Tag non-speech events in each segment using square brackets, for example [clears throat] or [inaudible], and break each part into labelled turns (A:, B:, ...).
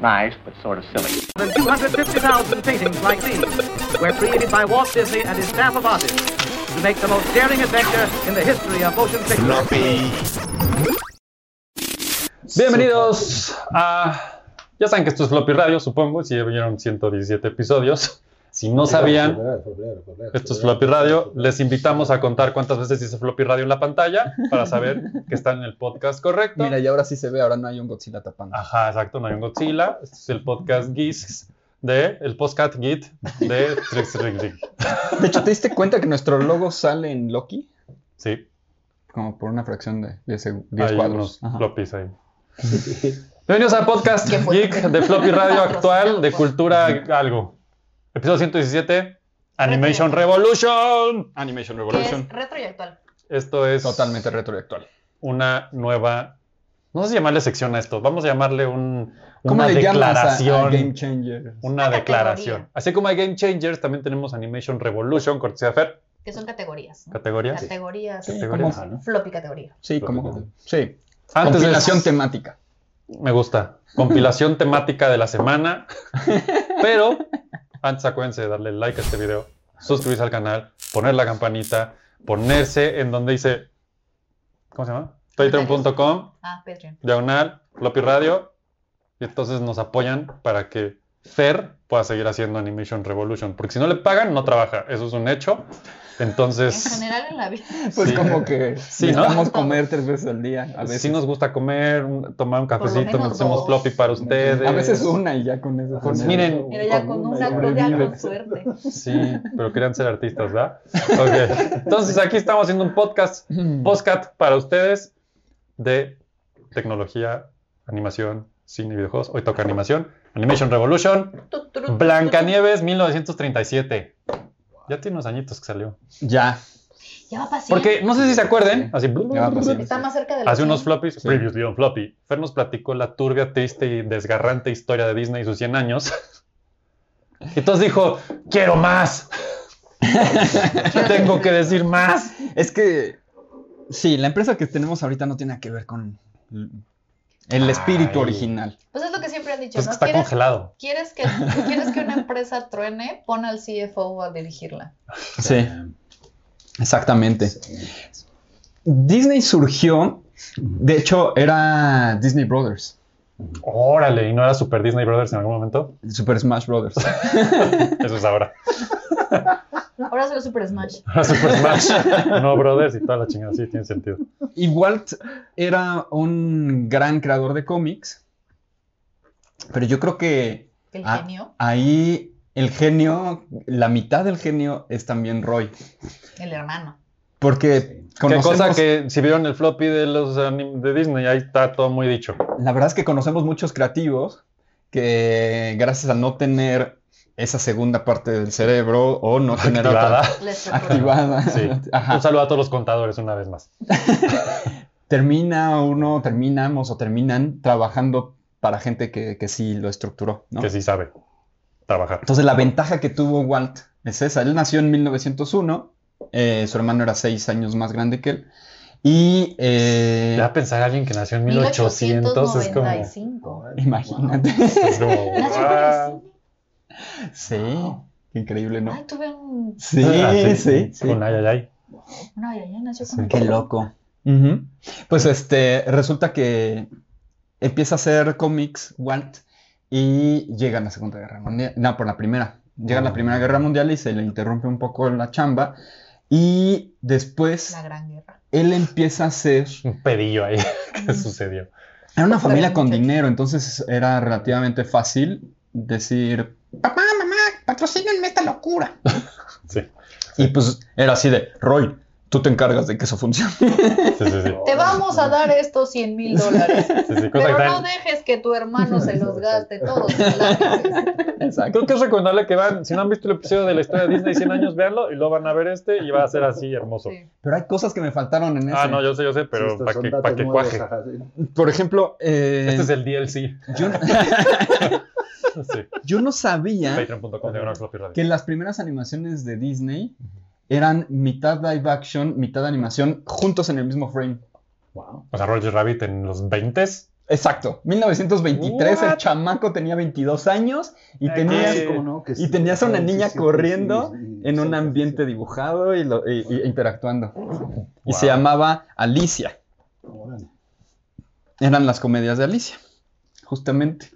A: nice, but sort of silly.
B: Than 250,000 paintings like these were created by Walt Disney and his staff of artists to make the most daring adventure in the history of motion pictures.
C: Bienvenidos a. Ya saben que esto es Floppy Radio, supongo, si ya vieron 117 episodios. Si no sabían, esto es Floppy Radio. Les invitamos a contar cuántas veces dice Floppy Radio en la pantalla para saber que están en el podcast correcto.
D: Mira, y ahora sí se ve, ahora no hay un Godzilla tapando.
C: Ajá, exacto, no hay un Godzilla. Este es el podcast GIS de. El podcast Git de Trix Rig Rig.
D: De hecho, ¿te diste cuenta que nuestro logo sale en Loki?
C: Sí,
D: Como por una fracción de 10 seg- 10
C: hay
D: cuadros.
C: unos
D: Ajá.
C: floppies ahí. Bienvenidos al podcast Geek de Floppy Radio actual de cultura algo. Episodio 117, Animation Revolution. Animation
E: Que es retro y actual.
C: Esto es
D: Totalmente retro y actual.
C: una nueva. No sé si llamarle sección a esto. Vamos a llamarle un,
D: ¿Cómo
C: una
D: le llamas a- a,
C: declaración.
D: Game Changer?
C: una
E: Una
C: declaración.
E: categoría.
C: Así como hay Game Changers, también tenemos Animation Revolution, cortesía de Fer.
E: Que son categorías. ¿no?
C: Categorías.
E: Categorías.
C: Categorías.
D: ¿cómo?
E: Floppy categoría.
D: Sí, como. Sí.
C: Antes de-
D: Compilación temática.
C: Me gusta.
D: [laughs]
C: Compilación temática de la semana. Pero antes acuérdense de darle like a este video, suscribirse al canal, poner la campanita, ponerse en donde dice. ¿Cómo se llama? Patreon.com,
E: Ah, Patreon.
C: diagonal, Floppy Radio. Y entonces nos apoyan para que Fer pueda seguir haciendo Animation Revolution. Porque si no le pagan, no trabaja. Eso es un hecho.
E: En
C: Entonces,
E: general en la
C: [laughs]
E: vida.
D: Pues
C: Sí.
D: como que
C: Sí, ¿no?
D: necesitamos comer tres veces al día. A veces,
C: si nos gusta comer, un- tomar un
E: lo
C: cafecito,
E: menos
C: nos hacemos
E: dos.
C: Floppy para ustedes.
D: a veces una y ya con eso.
C: Pues
D: con
C: miren,
D: eso
E: Mira, ya con un
D: ya
E: acto ya con
D: sobrevives.
E: suerte.
C: Sí, pero querían ser artistas, ¿verdad? Ok. Entonces aquí estamos haciendo un podcast, [clears throat]
D: Pues,
C: podcast para ustedes de tecnología, animación, cine y videojuegos. Hoy toca animación, Animation Revolution,
E: Tu, tu, tu,
C: Blancanieves 1937. Ya tiene unos añitos que salió.
D: Ya.
E: tu. Ya va a pasar.
C: Porque no sé si se acuerden, así
D: Ya pues va pasando.
E: Está más cerca del.
C: hace unos
E: 80.
C: floppies, previously on floppy. Fer nos platicó la turbia, triste y desgarrante historia de Disney y sus 100 años. [laughs] Y Entonces dijo, quiero más. Tengo que decir más.
D: Es que, sí, la empresa que tenemos ahorita no tiene nada que ver con el espíritu
C: Ay.
D: original.
E: Pues es lo que siempre han dicho,
C: Pues que
E: ¿no?
C: está
E: ¿Quieres,
C: congelado.
E: quieres que, ¿Quieres que una empresa truene? Pon al CFO a dirigirla.
D: Sí, Eh, exactamente. Disney surgió, de hecho, era Disney Brothers,
C: Órale, ¿y no era Super Disney Brothers en algún momento?
D: Super
C: [laughs]
D: Smash Brothers.
C: Eso es ahora. [laughs]
E: Ahora solo Super Smash.
C: Ahora Super
D: [laughs]
C: Smash. No, Brothers y toda la chingada. Sí, tiene sentido.
D: Y Walt era un gran creador de cómics, pero yo creo que
E: El
D: Ah.
E: genio,
D: ahí el genio, la mitad del genio es también Roy,
E: el hermano.
D: porque
C: Qué cosa
D: conocemos-
C: que si vieron el floppy de los anim- de Disney, ahí está todo muy dicho.
D: La verdad es que conocemos muchos creativos que gracias a no tener esa segunda parte del cerebro o no
C: Ah,
D: tener [laughs]
C: Activada.
D: otra
E: La estructura.
D: activada,
C: Sí.
D: [laughs] ajá,
C: Un saludo a todos los contadores una vez más.
D: termina uno, terminamos o terminan trabajando para gente que, que sí lo estructuró, ¿no?
C: Que sí sabe trabajar.
D: Entonces la ventaja que tuvo Walt es esa. Él nació en 1901, eh, su hermano era seis años más grande que él y eh,
C: Ya pensar a alguien que nació en 1800 es como.
E: 1895.
C: [laughs]
D: imagínate,
C: es como,
E: Nació por
C: ah.
E: el cine.
D: sí, qué increíble,
E: Ay,
D: ¿no?
E: tuve un.
D: Sí,
C: Ah,
D: sí, sí.
C: Con ay, ay, ay.
E: No, ya, ya nació
C: Sí.
E: con
D: Qué loco. Ujú. Pues este, resulta que empieza a hacer cómics Walt y llega la Segunda Guerra Mundial. No, por la primera. Llega la Primera Guerra Mundial y se le interrumpe un poco la chamba. Y después
E: la gran guerra.
D: él empieza a hacer.
C: Un pedillo ahí [laughs]
D: [laughs]
C: que sucedió.
D: Era una
E: Otra
D: familia
E: vez,
D: con
E: muchacho.
D: dinero, entonces era relativamente fácil decir: Papá, mamá, patrocínenme esta locura.
C: Sí,
D: Y pues era así de: Roy, tú te encargas de que eso funcione. [laughs]
C: sí, sí. sí.
E: Te vamos a dar estos 100 mil
D: [laughs]
E: dólares.
C: Sí, sí, cosa que
E: Pero
C: tal-
E: no dejes que tu hermano se los gaste todos. se
D: [laughs]
E: la gaste.
D: Exacto.
C: Creo que es recomendable que van, si no han visto el episodio de la historia de Disney 100 años, véanlo y luego van a ver este y va a ser así hermoso.
E: Sí.
D: Pero hay cosas que me faltaron en ese.
C: Ah, no, yo sé, yo sé, pero para que, pa' que cuaje.
D: Por ejemplo, eh,
C: Este es el DLC.
D: yo,
C: [laughs]
D: [laughs]
C: Sí,
D: yo no sabía
C: patreon.com diagonal floppy radio.
D: que las primeras animaciones de Disney eran mitad live action, mitad animación, juntos en el mismo frame.
C: O sea, Roger Rabbit en los 20s.
D: Exacto, 1923,
C: What?
D: el chamaco tenía 22 años y
C: Ah,
D: tenías,
C: qué-
D: y tenías a una niña corriendo en un ambiente dibujado y, lo- y- y interactuando. Y se
C: Wow.
D: llamaba Alicia. Eran las comedias de Alicia, justamente.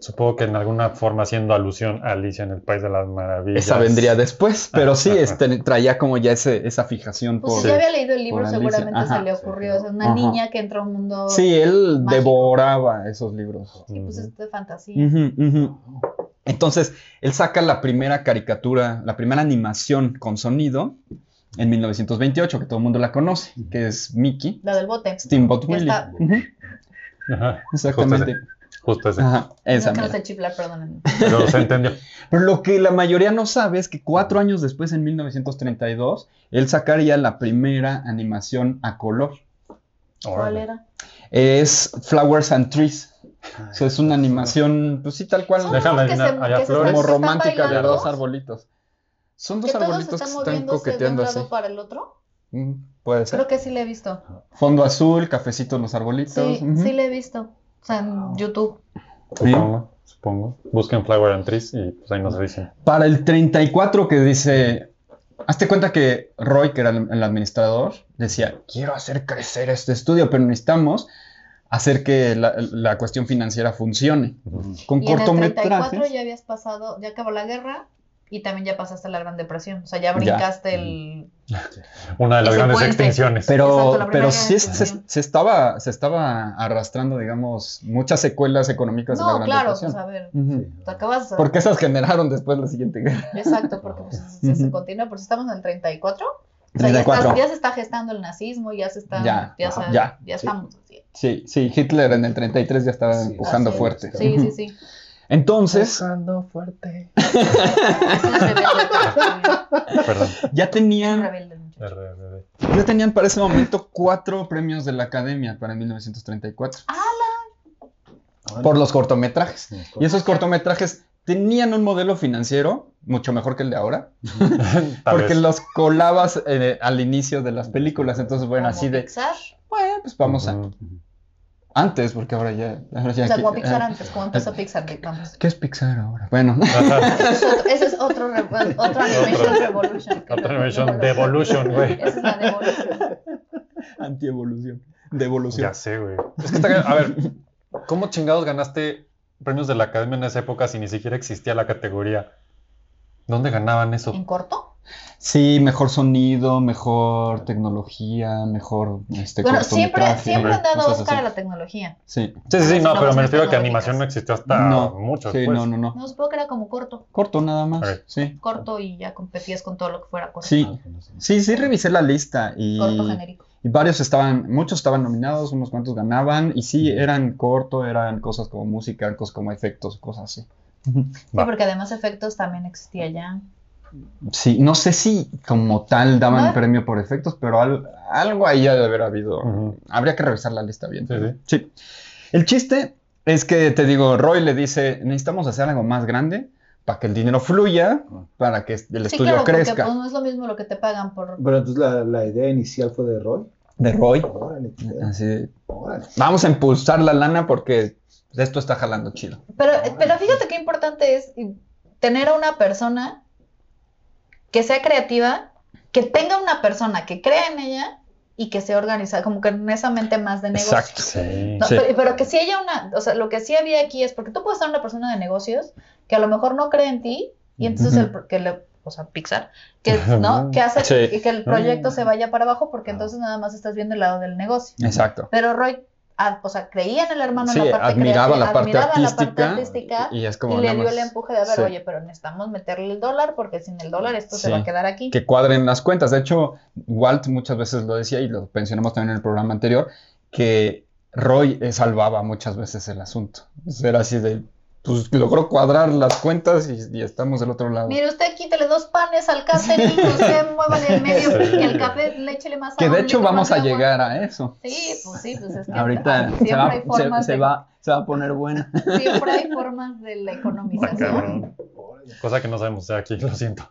C: Supongo que en alguna forma haciendo alusión a Alicia en el País de las Maravillas.
D: Esa vendría después,
C: [laughs]
D: pero sí
C: Ajá.
D: este, traía como ya ese, esa fijación
E: Pues
D: por...
E: si ya había leído el
D: por
E: libro,
D: Alicia.
E: seguramente
D: Ajá.
E: se le ocurrió. O sea, una
D: Ajá.
E: niña que entra a un mundo.
D: Sí, él
E: Mágico.
D: devoraba esos libros.
E: Sí, pues es de fantasía.
D: Ujú, ujú. Entonces, él saca la primera caricatura, la primera animación con sonido en 1928, que todo el mundo la conoce, que es Mickey,
E: La del bote.
D: Steamboat
E: Que
D: Willie.
E: está-
D: Ujú,
C: Ajá,
D: Exactamente.
C: justo ese.
D: Ajá, esa
E: no, que no
D: mera.
E: sé chiflar,
D: [laughs]
E: perdónenme.
C: Pero se entendió.
D: Pero lo que la mayoría no sabe es que cuatro años después, en 1932, él sacaría la primera animación a color.
E: ¿Cuál
C: Órale.
E: era?
D: Es Flowers and Trees. O sea, es una animación, pues sí, tal cual.
E: Son
C: Déjame
E: unos que
C: adivinar,
E: se-
C: allá
E: que se
C: flores.
E: Pues están- que
D: como
E: se están
D: romántica de
E: bailando,
D: dos arbolitos. Son
E: Que
D: dos
E: todos
D: arbolitos que
E: están
D: se están
E: moviéndose de un
D: coqueteando
E: lado
D: así.
E: para el otro.
D: Mm, Puede ser.
E: Creo que sí la he visto.
D: Fondo azul, cafecito en los arbolitos.
E: Sí,
D: ujú.
E: sí la he visto. O sea, en YouTube.
C: Supongo, supongo. Busquen Flower and Trees y pues ahí nos dicen.
D: Para el 34 que dice, hazte cuenta que Roy, que era el, el administrador, decía, quiero hacer crecer este estudio, pero necesitamos hacer que la, la cuestión financiera funcione. Con
E: Y en el 34
D: cortometrajes.
E: ya habías pasado, ya acabó la guerra y también ya pasaste la Gran Depresión. O sea, ya brincaste
D: mm,
E: el.
C: Una de las
E: Ese
C: grandes
E: puente.
C: extinciones.
E: Exacto,
D: Pero,
E: la primera
D: pero
E: guerra
D: sí es- se,
E: mundial.
D: se estaba, se estaba arrastrando, digamos, muchas secuelas económicas de la
E: No,
D: Gran
E: claro,
D: Depresión.
E: pues a ver.
D: Ujú.
E: Te acabas de-
D: Porque esas generaron después la siguiente guerra.
E: [laughs] Exacto, porque
D: [laughs]
E: pues, se, se
D: Ujú.
E: continúa, porque estamos en el 34. O sea, ya,
D: 34.
E: estás- ya se está gestando el nazismo, ya se está.
D: Ya,
E: Ya, se-
D: ya,
E: ya
D: sí.
E: estamos. así.
D: Sí, sí, Hitler en el 33 ya estaba
A: Sí,
D: empujando
E: así es.
D: fuerte.
E: Sí, sí,
D: Ujú. [laughs]
E: sí.
D: Entonces,
A: fuerte.
E: Es un rebelde,
C: Perdón.
D: ya
E: un
D: tenían,
E: rebelde mucho.
C: Erré, erré, erré.
D: ya tenían para ese momento cuatro premios de la Academia para 1934
A: Ah,
D: por los cortometrajes. Y esos cortometrajes tenían un modelo financiero mucho mejor que el de ahora,
C: Tal
D: porque
C: vez.
D: los colabas eh, al inicio de las películas. Entonces, bueno,
E: Como
D: así de,
E: Pixar.
D: bueno, pues vamos a...
C: Ujú.
D: Antes, porque ahora ya... ahora ya
E: O sea,
D: que-
E: como Pixar
D: ah,
E: antes, como empezó Pixar, digamos.
D: ¿Qué es Pixar ahora? Bueno, [laughs]
C: Ajá.
E: Ese es otro- ese es otro, re- otro Animation Revolution. que
C: Otra
E: no-
C: animation
E: no-
C: Devolution, güey.
E: Esa es la Devolution.
D: antievolución. Devolución.
C: Ya sé, güey. Es que está- a ver, ¿cómo chingados ganaste premios de la academia en esa época si ni siquiera existía la categoría? ¿Dónde ganaban eso?
E: ¿En corto?
D: Sí, mejor sonido, mejor tecnología, mejor este
E: Bueno, siempre,
D: cortometraje,
E: siempre han dado
D: cosas
E: Oscar a
D: así.
E: la tecnología.
D: Sí.
C: Sí, sí, sí, no,
E: No,
C: pero
E: pues,
C: me refiero a que
E: tecnológicas.
C: animación no existió hasta
D: No,
C: mucho
D: Sí,
C: después.
D: no, no, no.
E: No supongo que era como corto.
D: Corto nada más.
C: Ok.
D: Sí.
E: Corto y ya competías con todo lo que fuera corto.
D: Sí. Sí, sí revisé la lista y,
E: Corto genérico.
D: y varios estaban, muchos estaban nominados, unos cuantos ganaban y sí eran corto, eran cosas como música, eran cosas como efectos, cosas así.
E: Sí,
C: Va.
E: porque además efectos también existía ya.
D: Sí, no sé si como tal daban
E: ¿No?
D: premio por efectos, pero al- algo ahí ha de haber habido.
C: Ujú.
D: Habría que revisar la lista bien.
C: Sí, sí.
D: Sí. El chiste es que te digo, Roy le dice, necesitamos hacer algo más grande para que el dinero fluya, para que el
E: Sí,
D: estudio
E: claro, porque
D: crezca.
E: pues, no es lo mismo lo que te pagan por.
A: Pero entonces la, la idea inicial fue de Roy.
D: De Roy.
A: Órale, qué pedo,
D: Así de,
A: órale.
D: vamos a impulsar la lana porque esto está jalando chido.
E: Pero, pero fíjate qué importante es tener a una persona que sea creativa, que tenga una persona que crea en ella y que sea organizada, como que en esa mente más de negocio.
D: Exacto.
C: Sí.
E: No,
D: Sí.
E: pero, pero que si haya una, o sea, lo que sí había aquí es porque tú puedes ser una persona de negocios que a lo mejor no cree en ti y entonces el, pro- que le, o sea, Pixar, que, ¿no? que hace
D: Sí. Ah.
E: que- que el proyecto se vaya para abajo porque entonces nada más estás viendo el lado del negocio.
D: Exacto.
E: Pero Roy, ah, o sea, creía en el hermano
D: Sí,
E: en la parte
D: admiraba
E: creativa,
D: la parte
E: admiraba la parte
D: artística
E: artística
D: y es como
E: y le
D: nada
E: dio el
D: más
E: empuje de, a ver,
D: sí.
E: oye, pero necesitamos meterle el dólar porque sin el dólar esto se
D: Sí.
E: va a quedar aquí.
D: que cuadren las cuentas. De hecho, Walt muchas veces lo decía y lo mencionamos también en el programa anterior, que Roy eh, salvaba muchas veces el asunto. O sea, Era así de, pues logró cuadrar las cuentas y, y estamos del otro lado.
E: Mire, usted quítele dos panes al
D: [laughs]
E: catering, usted mueva en el medio
C: Sí.
E: y el café le échele más
D: Que
E: agua,
D: de
E: un
D: hecho
E: litro
D: vamos
E: más
D: a
E: de agua.
D: llegar a eso.
E: Sí, pues sí, pues es que
D: Ahorita
E: siempre
D: se va,
E: hay
D: se-
E: formas
D: se
E: de,
D: va- se va a poner buena.
E: siempre hay formas de la
C: Ah,
E: economización.
C: cabrón. Cosa que no sabemos hacer aquí, lo siento.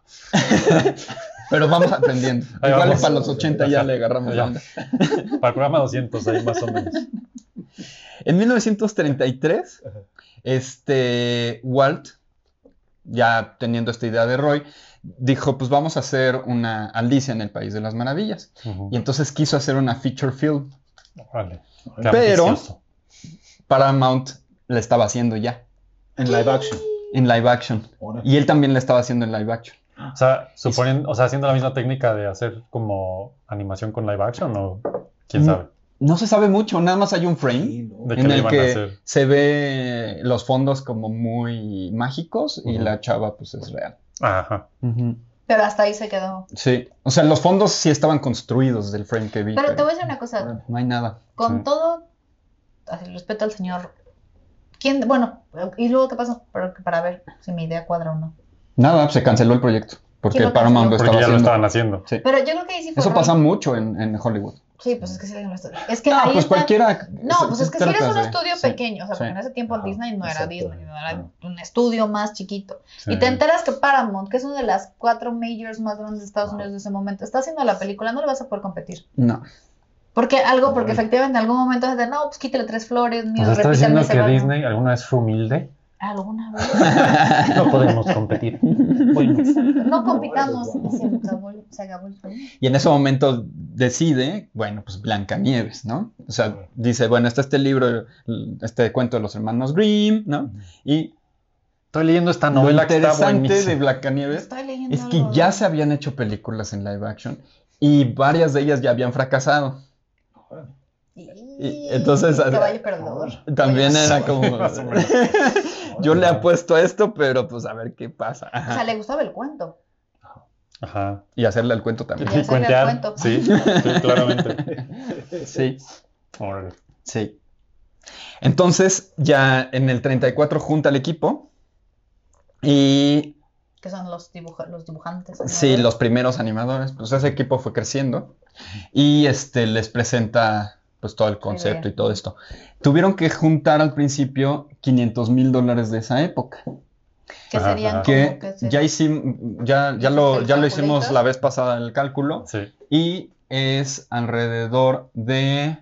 D: Pero vamos aprendiendo.
C: Ahí
D: Igual
C: vamos.
D: para los 80 ya le agarramos.
C: Ya.
D: la onda. [laughs]
C: Para el programa 200, ahí más o menos.
D: En 1933,
A: Ajá.
D: este, Walt, ya teniendo esta idea de Roy, dijo, pues vamos a hacer una Alicia en el País de las Maravillas.
C: Ujú.
D: Y entonces quiso hacer una feature film.
C: Órale. Qué
D: Pero-
C: ambicioso.
D: Paramount la estaba haciendo ya,
A: En live action.
D: en live action.
A: Ahora.
D: Y él también la estaba haciendo en live action.
C: O sea, suponiendo, o sea, haciendo la misma técnica de hacer como animación con live action o quién
D: Mm.
C: sabe.
D: No se sabe mucho, nada más hay un frame.
A: Sí, ¿no?
C: De- qué
D: en
C: le
D: el
C: van a
D: que
C: hacer?
D: se ve los fondos como muy mágicos y
C: Ujú.
D: la chava pues es real.
C: Ajá.
E: Pero hasta ahí se quedó.
D: Sí, o sea, los fondos sí estaban construidos del frame que vi.
E: Pero te voy a decir una cosa.
D: No hay nada.
E: Con
C: Sí.
E: todo, así, respeto al señor. ¿Quién? Bueno, y luego qué pasó para, para ver si mi idea cuadra o no.
D: Nada, pues, se canceló el proyecto porque
E: ¿Quién lo
D: Paramount lo
E: canceló?
C: Porque
D: estaba
C: ya lo
D: haciendo.
C: estaban haciendo.
E: Pero yo creo que ahí sí fue.
D: Eso
E: Roy.
D: pasa mucho en, en Hollywood.
E: Sí, pues es que sí le esto. Es que
D: No,
E: ahí
D: pues
E: está-
D: cualquiera.
E: No, pues es que si eres un
D: tratas de-
E: estudio
D: sí.
E: pequeño, o sea,
D: sí.
E: porque en ese tiempo
A: Ajá,
E: Disney no era
A: exacto.
E: Disney, no era
A: Ajá.
E: un estudio más chiquito.
C: Sí.
E: Y te enteras que Paramount, que es una de las cuatro majors más grandes de Estados Unidos de ese momento, está haciendo la película, no le vas a poder competir.
D: No.
E: Porque algo, porque
A: Ay.
E: efectivamente en algún momento es de, no, pues quítale tres flores,
C: ¿Nos
E: mío,
C: está
E: repítame
C: diciendo
E: ese
C: que
E: baño".
C: Disney alguna vez fue humilde?
E: Alguna vez.
C: No podemos competir.
D: [laughs]
E: No compitamos. Se acabó- se acabó el problema.
D: Y en ese momento decide, bueno, pues Blancanieves, ¿no? O sea, dice, bueno, está este libro, este cuento de los hermanos Grimm, ¿no? Y
C: Estoy leyendo esta
D: lo
C: novela que está
D: interesante de
C: buenísima.
D: Blancanieves
E: Estoy leyendo.
D: es que
E: algo.
D: ya se habían hecho películas en live action y varias de ellas ya habían fracasado.
E: Y-
D: entonces-
E: Caballo perdedor. Pues,
D: También
E: Oye,
D: era
C: [laughs]
D: como,
C: Más o menos.
D: yo le apuesto a esto, pero pues a ver qué pasa.
E: O sea, le gustaba el cuento.
C: Ajá.
D: Y hacerle el cuento también.
E: Ya
C: Y
E: se
C: cuentear.
E: le cuento.
C: Sí, sí, claramente.
D: Sí,
C: Órale.
D: sí. Entonces, ya en el 34 junta al equipo y
E: que son los, dibuja- los dibujantes. ¿no?
D: sí, los primeros animadores, pues ese equipo fue creciendo y este les presenta pues todo el concepto y todo esto. Tuvieron que juntar al principio 500 mil dólares de esa época.
E: que
C: Ajá,
E: serían
C: ajá.
D: que
E: como que se-
D: ya hicimos, ya, ya lo,
E: ¿Hiciste el
D: ya lo hicimos
E: calculito?
D: la vez pasada el cálculo
C: Sí.
D: y es alrededor de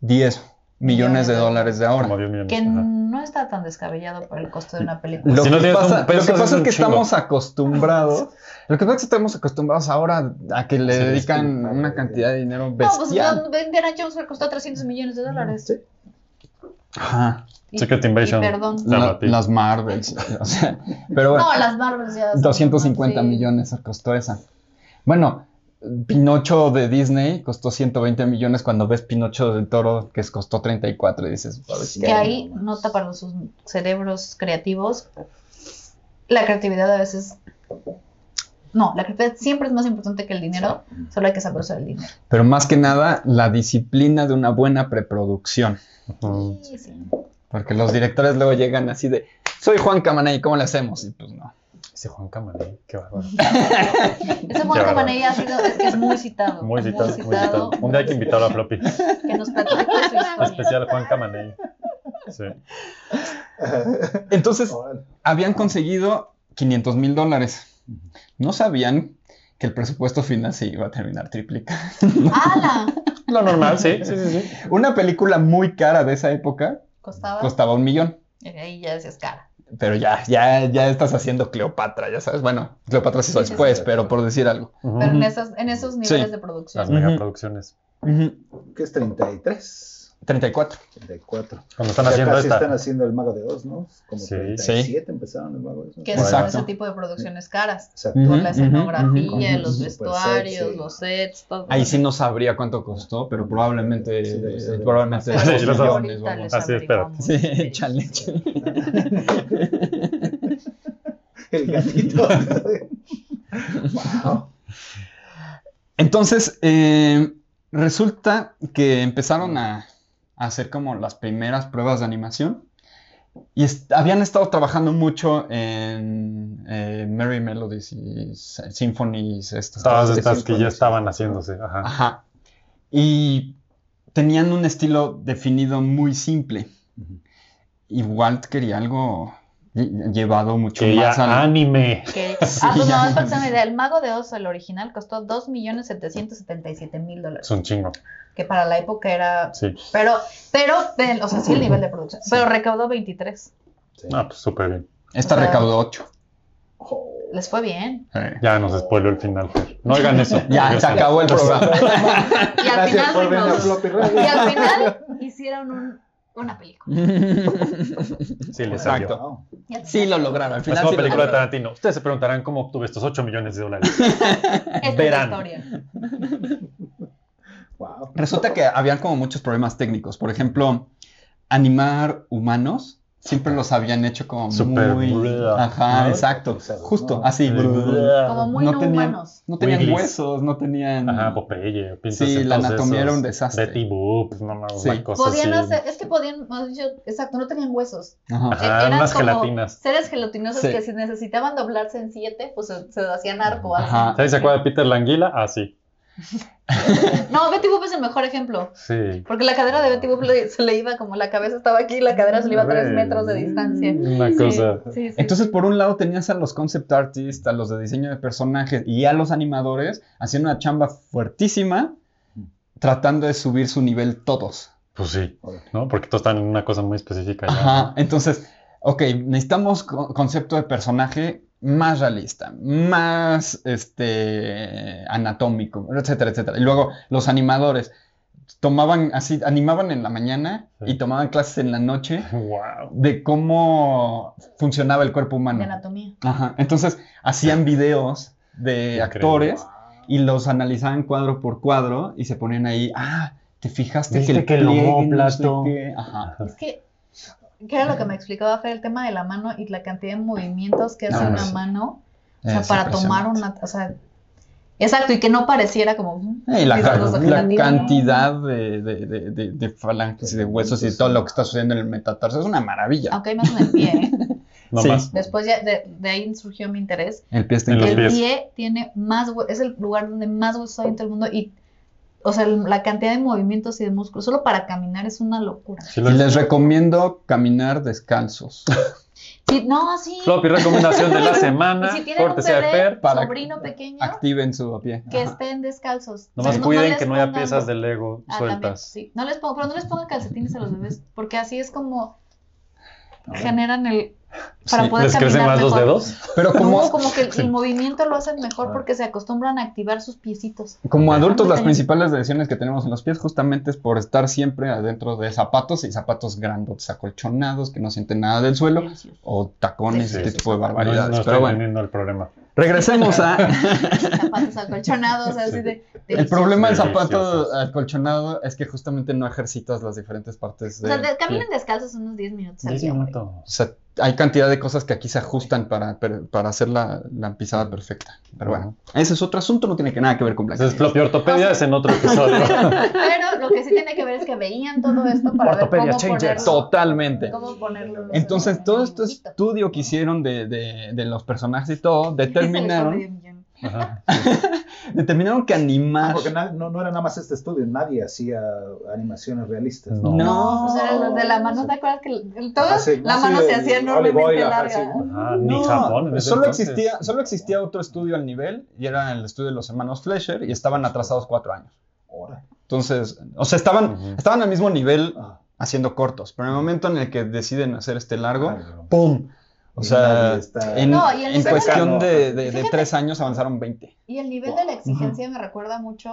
D: 10 millones de dólares de
C: Como
D: ahora.
C: 10 millones.
E: que
C: Ajá.
E: no está tan descabellado por el costo de una película.
D: Lo
C: Si no
D: que
C: tienes un
D: pasa,
C: peso,
D: lo que
C: es
D: pasa es
C: un
D: que
C: chingo.
D: estamos acostumbrados, lo que pasa es que estamos acostumbrados ahora a que le
C: Sí,
D: dedican
A: disculpa,
D: una
A: güey.
D: cantidad de dinero
E: No, pues
D: bestial.
E: no, Indiana Jones le costó 300 millones de dólares.
A: Sí.
D: Ajá,
E: Y-
C: Secret Invasion.
E: y perdón.
C: La-
D: la-
C: ti.
D: las Marvels, [laughs] o sea, pero bueno.
E: No, las Marvels ya. son-
D: 250
E: sí.
D: millones costó esa. Bueno, Pinocho de Disney costó 120 millones cuando ves Pinocho del Toro que es- costó 34 y dices, "A ver, ¿qué
E: Que
D: hay?".
E: ahí, nota para sus cerebros creativos, la creatividad a veces. No, la creatividad siempre es más importante que el dinero, solo hay que saber usar el dinero.
D: Pero más que nada, la disciplina de una buena preproducción.
C: Ujú.
E: Sí, sí.
D: Porque los directores luego llegan así de, soy Juan Camaney, ¿cómo le hacemos? Y pues no.
C: Ese Juan Camaney, qué bárbaro.
E: Ese Juan
C: Qué
E: Camaney ha sido, es que es muy citado.
C: Muy citado, muy citado. Un día hay que invitar a Floppy.
E: que nos platique su historia.
C: Especial Juan Camaney. Sí.
D: Entonces,
A: Órale.
D: habían conseguido 500 mil dólares. No sabían que el presupuesto final se iba a terminar triplicando.
E: ¡Hala!
C: Lo normal, sí, sí, sí. sí.
D: Una película muy cara de esa época
E: Costaba.
D: costaba un millón.
E: Y ahí ya decías cara.
D: Pero ya, ya, ya estás haciendo Cleopatra, ya sabes. Bueno, Cleopatra se hizo
E: Sí, sí,
D: después,
A: sí.
D: pero por decir algo.
C: Ujú.
E: Pero en esos, en esos niveles
D: Sí.
E: de
C: Las
E: producción.
D: Ujú.
C: megaproducciones.
A: ¿Qué es 33?
D: 34.
A: 34.
C: Cuando están
A: Ya
C: haciendo
A: casi están
C: esta.
A: haciendo el Mago de Oz, ¿no? Como
C: Sí.
A: 37 empezaron el Mago de Oz. ¿no?
E: Que
D: Exacto.
E: son ese tipo de producciones caras.
A: Exacto.
D: Ujú,
E: Por la
D: ujú,
E: escenografía,
A: ujú.
E: los
A: Súper
E: vestuarios,
A: sexy.
E: los sets, todo.
D: Ahí sí no sabría cuánto costó, pero probablemente,
A: Sí, debe ser.
D: probablemente
E: Pero
C: Sí,
D: dos
C: yo lo sé.
E: ahorita
D: millones, vamos.
E: les
C: Así es, pero-
E: averiguamos.
D: Sí, [laughs] chale,
C: [laughs]
D: chale.
A: El
D: [laughs]
A: gatito. [laughs] wow.
D: Entonces, eh, resulta que empezaron a, a hacer como las primeras pruebas de animación y est- habían estado trabajando mucho en eh, Merry Melodies y S- Symphonies. Estas,
C: Todas
D: de
A: este
C: estas que ya
D: sinfonies.
C: estaban haciéndose. Ajá.
D: Ajá. Y tenían un estilo definido muy simple.
A: Ujú.
D: Y Walt quería algo lle- llevado mucho
C: Que
D: más
C: ya
D: al...
C: anime.
E: Que, ah, pues
D: ya
E: no,
D: no
E: es para que se den
D: mames.
E: una idea. El Mago de Oz, el original, costó 2.777.000
C: Es
E: dólares.
C: un chingo.
E: Que para la época era.
C: Sí.
E: Pero, pero, el- o sea, sí el nivel de producción. Pero recaudó 23.
A: Sí.
C: Ah, pues súper bien.
D: Esta
E: o sea-
D: recaudó 8.
A: Oh.
E: Les fue bien.
C: Ya nos spoiló el final. No hagan eso.
D: [laughs] Ya,
C: Yo
D: se
C: sé.
D: acabó el programa.
C: [laughs]
D: [laughs]
E: Y al
A: Gracias
E: final
A: por venir a
E: recaudó.
A: Floppy Radio.
E: Y al final hicieron un- una película.
C: Sí, les salió.
D: Exacto.
A: Wow.
E: Y al
D: Sí,
E: final-
D: lo lograron. Al
C: La
D: final
C: nueva
D: sí
C: película
D: lo
C: de
D: lograron.
C: Tarantino. Ustedes se preguntarán cómo obtuve estos 8 millones de dólares.
E: Esta es la
C: verán.
E: historia.
A: Wow.
D: Resulta que habían como muchos problemas técnicos. Por ejemplo, animar humanos siempre los habían hecho como
C: Súper
D: muy...
C: bruda.
D: Ajá,
A: ¿no?
D: exacto.
A: Exacto,
D: Justo,
A: ¿no?
D: así.
E: Como muy no,
D: Ah, No tenían-
E: humanos.
D: No tenían
C: Wiggles.
D: huesos, no tenían...
C: Ajá, Popeye. pinzas
D: Sí, la
C: entonces,
D: anatomía era un
C: esos,
D: desastre.
C: Betty Boop, no no,
D: Sí.
C: una cosa
E: Podían
C: así.
E: hacer, es que podían, más dicho, exacto, no tenían huesos. E-
D: Ajá.
C: Ajá, unas gelatinas.
E: seres gelatinosos
D: Sí.
E: que si necesitaban doblarse en siete, pues se, se hacían arco. así.
D: Ajá.
C: ¿Sabes se acuerda de Peter Languila? Ah, sí.
E: No, Betty Boop es el mejor ejemplo.
C: Sí.
E: Porque la cadera de Betty Boop le- se le iba como la cabeza estaba aquí y la cadera se le iba a tres
D: Mm.
C: Güey.
E: metros de distancia.
C: Una cosa.
E: Sí, sí, sí.
D: Entonces, por un lado tenías a los concept artists, a los de diseño de personajes y a los animadores haciendo una chamba fuertísima, tratando de subir su nivel todos.
C: Pues sí,
A: Joder.
C: ¿no? Porque todos están en una cosa muy específica. ya,
D: Ajá. Entonces, ok, necesitamos co- concepto de personaje más realista, más este anatómico, etcétera, etcétera. Y luego los animadores tomaban así, animaban en la mañana
C: Sí.
D: y tomaban clases en la noche
C: [laughs] ¿no? Wow.
D: de cómo funcionaba el cuerpo humano.
E: De anatomía.
D: Ajá. Entonces hacían videos de
C: Increíble.
D: actores y los analizaban cuadro por cuadro y se ponían ahí, ah, te fijaste
C: Viste
D: que el
C: que el
D: pliegue no
C: omóplato-
D: sé qué". Ajá.
E: Es que, ¿qué era lo que me explicaba Fer? El tema de la mano y la cantidad de movimientos que hace
D: Ah, No, no
E: una
D: sé.
E: mano. O sea,
D: Es
E: para tomar
D: impresionante.
E: una. O sea, exacto, y que no pareciera como.
D: Eh, Y la,
E: Sí,
D: ca-
E: los
D: la
E: gelatina.
D: cantidad de, de- de- de- de falanges y de huesos y todo lo que está sucediendo en el metatarso es una maravilla.
E: Aunque hay más en el pie, ¿eh?
C: [laughs] No
D: Sí.
C: más.
E: Después ya de, de ahí surgió mi interés.
D: El pie está
C: En los
E: el
D: increíble.
C: pies.
E: pie tiene más hue- es el lugar donde más huesos hay en todo el mundo y, o sea, el- la cantidad de movimientos y de músculos solo para caminar es una locura.
C: Sí,
D: Y
C: lo-
D: les recomiendo caminar descalzos.
E: Sí, no, sí.
C: Floppy recomendación de la
E: y
C: semana.
E: [laughs] si tienen un
C: Cortesía de
E: bebé,
C: Per.
D: para-
E: sobrino pequeño,
D: Activen su pie.
E: que
D: Ajá.
E: estén descalzos.
C: Nomás
E: No- no
C: cuiden
E: les
C: que no haya
E: pongan-
C: piezas de Lego
E: Ah, también,
C: sueltas.
E: sí. No les pongo, pero no les pongan calcetines a los bebés, porque así es como
A: Ah,
E: generan el para
D: Sí,
E: poder
C: ¿Les
E: caminar
C: crecen más los
E: mejor.
C: dedos?
D: Pero como,
E: No, como que el,
C: Sí.
E: el movimiento lo hacen mejor
A: Ah.
E: porque se acostumbran a activar sus piecitos.
D: Como adultos, las
E: Ándale.
D: principales lesiones que tenemos en los pies justamente es por estar siempre adentro de zapatos y zapatos grandotes, acolchonados, que no sienten nada del suelo,
E: Delicioso.
D: o tacones,
E: Sí,
D: este
C: sí,
D: tipo de
C: No,
D: barbaridades.
C: no estoy
D: Pero bueno,
C: entendiendo el problema.
E: [laughs]
D: regresemos a...
E: zapatos acolchonados, así de.
D: El
E: delicioso.
D: problema del zapato
C: Deliciosos.
D: acolchonado es que justamente no ejercitas las diferentes partes
E: O
D: de...
E: sea, de- caminen descalzos unos 10 minutos al
C: Diez
E: día, güey.
C: minutos.
D: hay cantidad de cosas que aquí se ajustan para, per- para hacer la, la pisada perfecta. Pero bueno, ese es otro asunto, no tiene que nada que ver con Black.
C: Ese es Floppy Ortopedia, es en otro episodio.
D: [laughs]
E: Pero lo que sí tiene que ver es que veían todo esto para ver
D: Ortopedia
E: cómo
D: Changer.
E: ponerlo.
D: Totalmente.
E: Cómo ponerlo. los-
D: Entonces,
E: en
D: todo
E: el
D: este
E: muñequito.
D: estudio que hicieron de, de- de los personajes y todo,
E: Se les
D: determinaron,
E: ocurrió un guión.
C: Ajá.
D: determinaron que
A: Ah,
D: animar...
A: porque na- no, no era nada más este estudio, nadie hacía animaciones realistas.
C: No.
E: No, pues eran los de la mano, ¿te acuerdas que el- el- todo,
A: Ajá, sí,
E: la
A: sí,
E: mano se
A: el
E: hacía
A: olive
E: enormemente
A: oil, ajá,
E: larga?
A: sí.
C: Ajá, Ah, ni Japón. en ese
D: solo
C: entonces.
D: existía, solo existía otro estudio al nivel y era el estudio de los hermanos Fleischer y estaban atrasados cuatro años.
A: Ahora.
D: Entonces, o sea, estaban,
C: Ujú.
D: estaban al mismo nivel
A: Ah,
D: haciendo cortos, pero en el momento en el que deciden hacer este largo,
A: ay, no.
D: ¡pum! O
A: Y
D: sea,
A: nadie está-
D: en,
E: No, y el
D: en
E: nivel-
D: cuestión de, de- de
E: Fíjate.
D: tres años avanzaron 20.
E: Y el nivel de la exigencia me recuerda mucho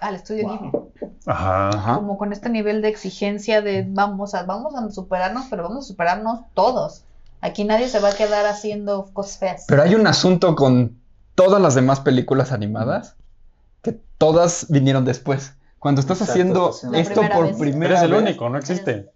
E: al estudio Ghibli.
C: Ajá.
D: Ajá.
E: como con este nivel de exigencia de vamos a, vamos a superarnos, pero vamos a superarnos todos. Aquí nadie se va a quedar haciendo cosas feas.
D: Pero hay un asunto con todas las demás películas animadas que todas vinieron después. Cuando estás
A: Exacto,
D: haciendo
A: estás haciendo
E: pues, la
D: esto
E: primera
D: por
E: vez.
D: primera
C: Eres el
D: vez,
C: único, no existe.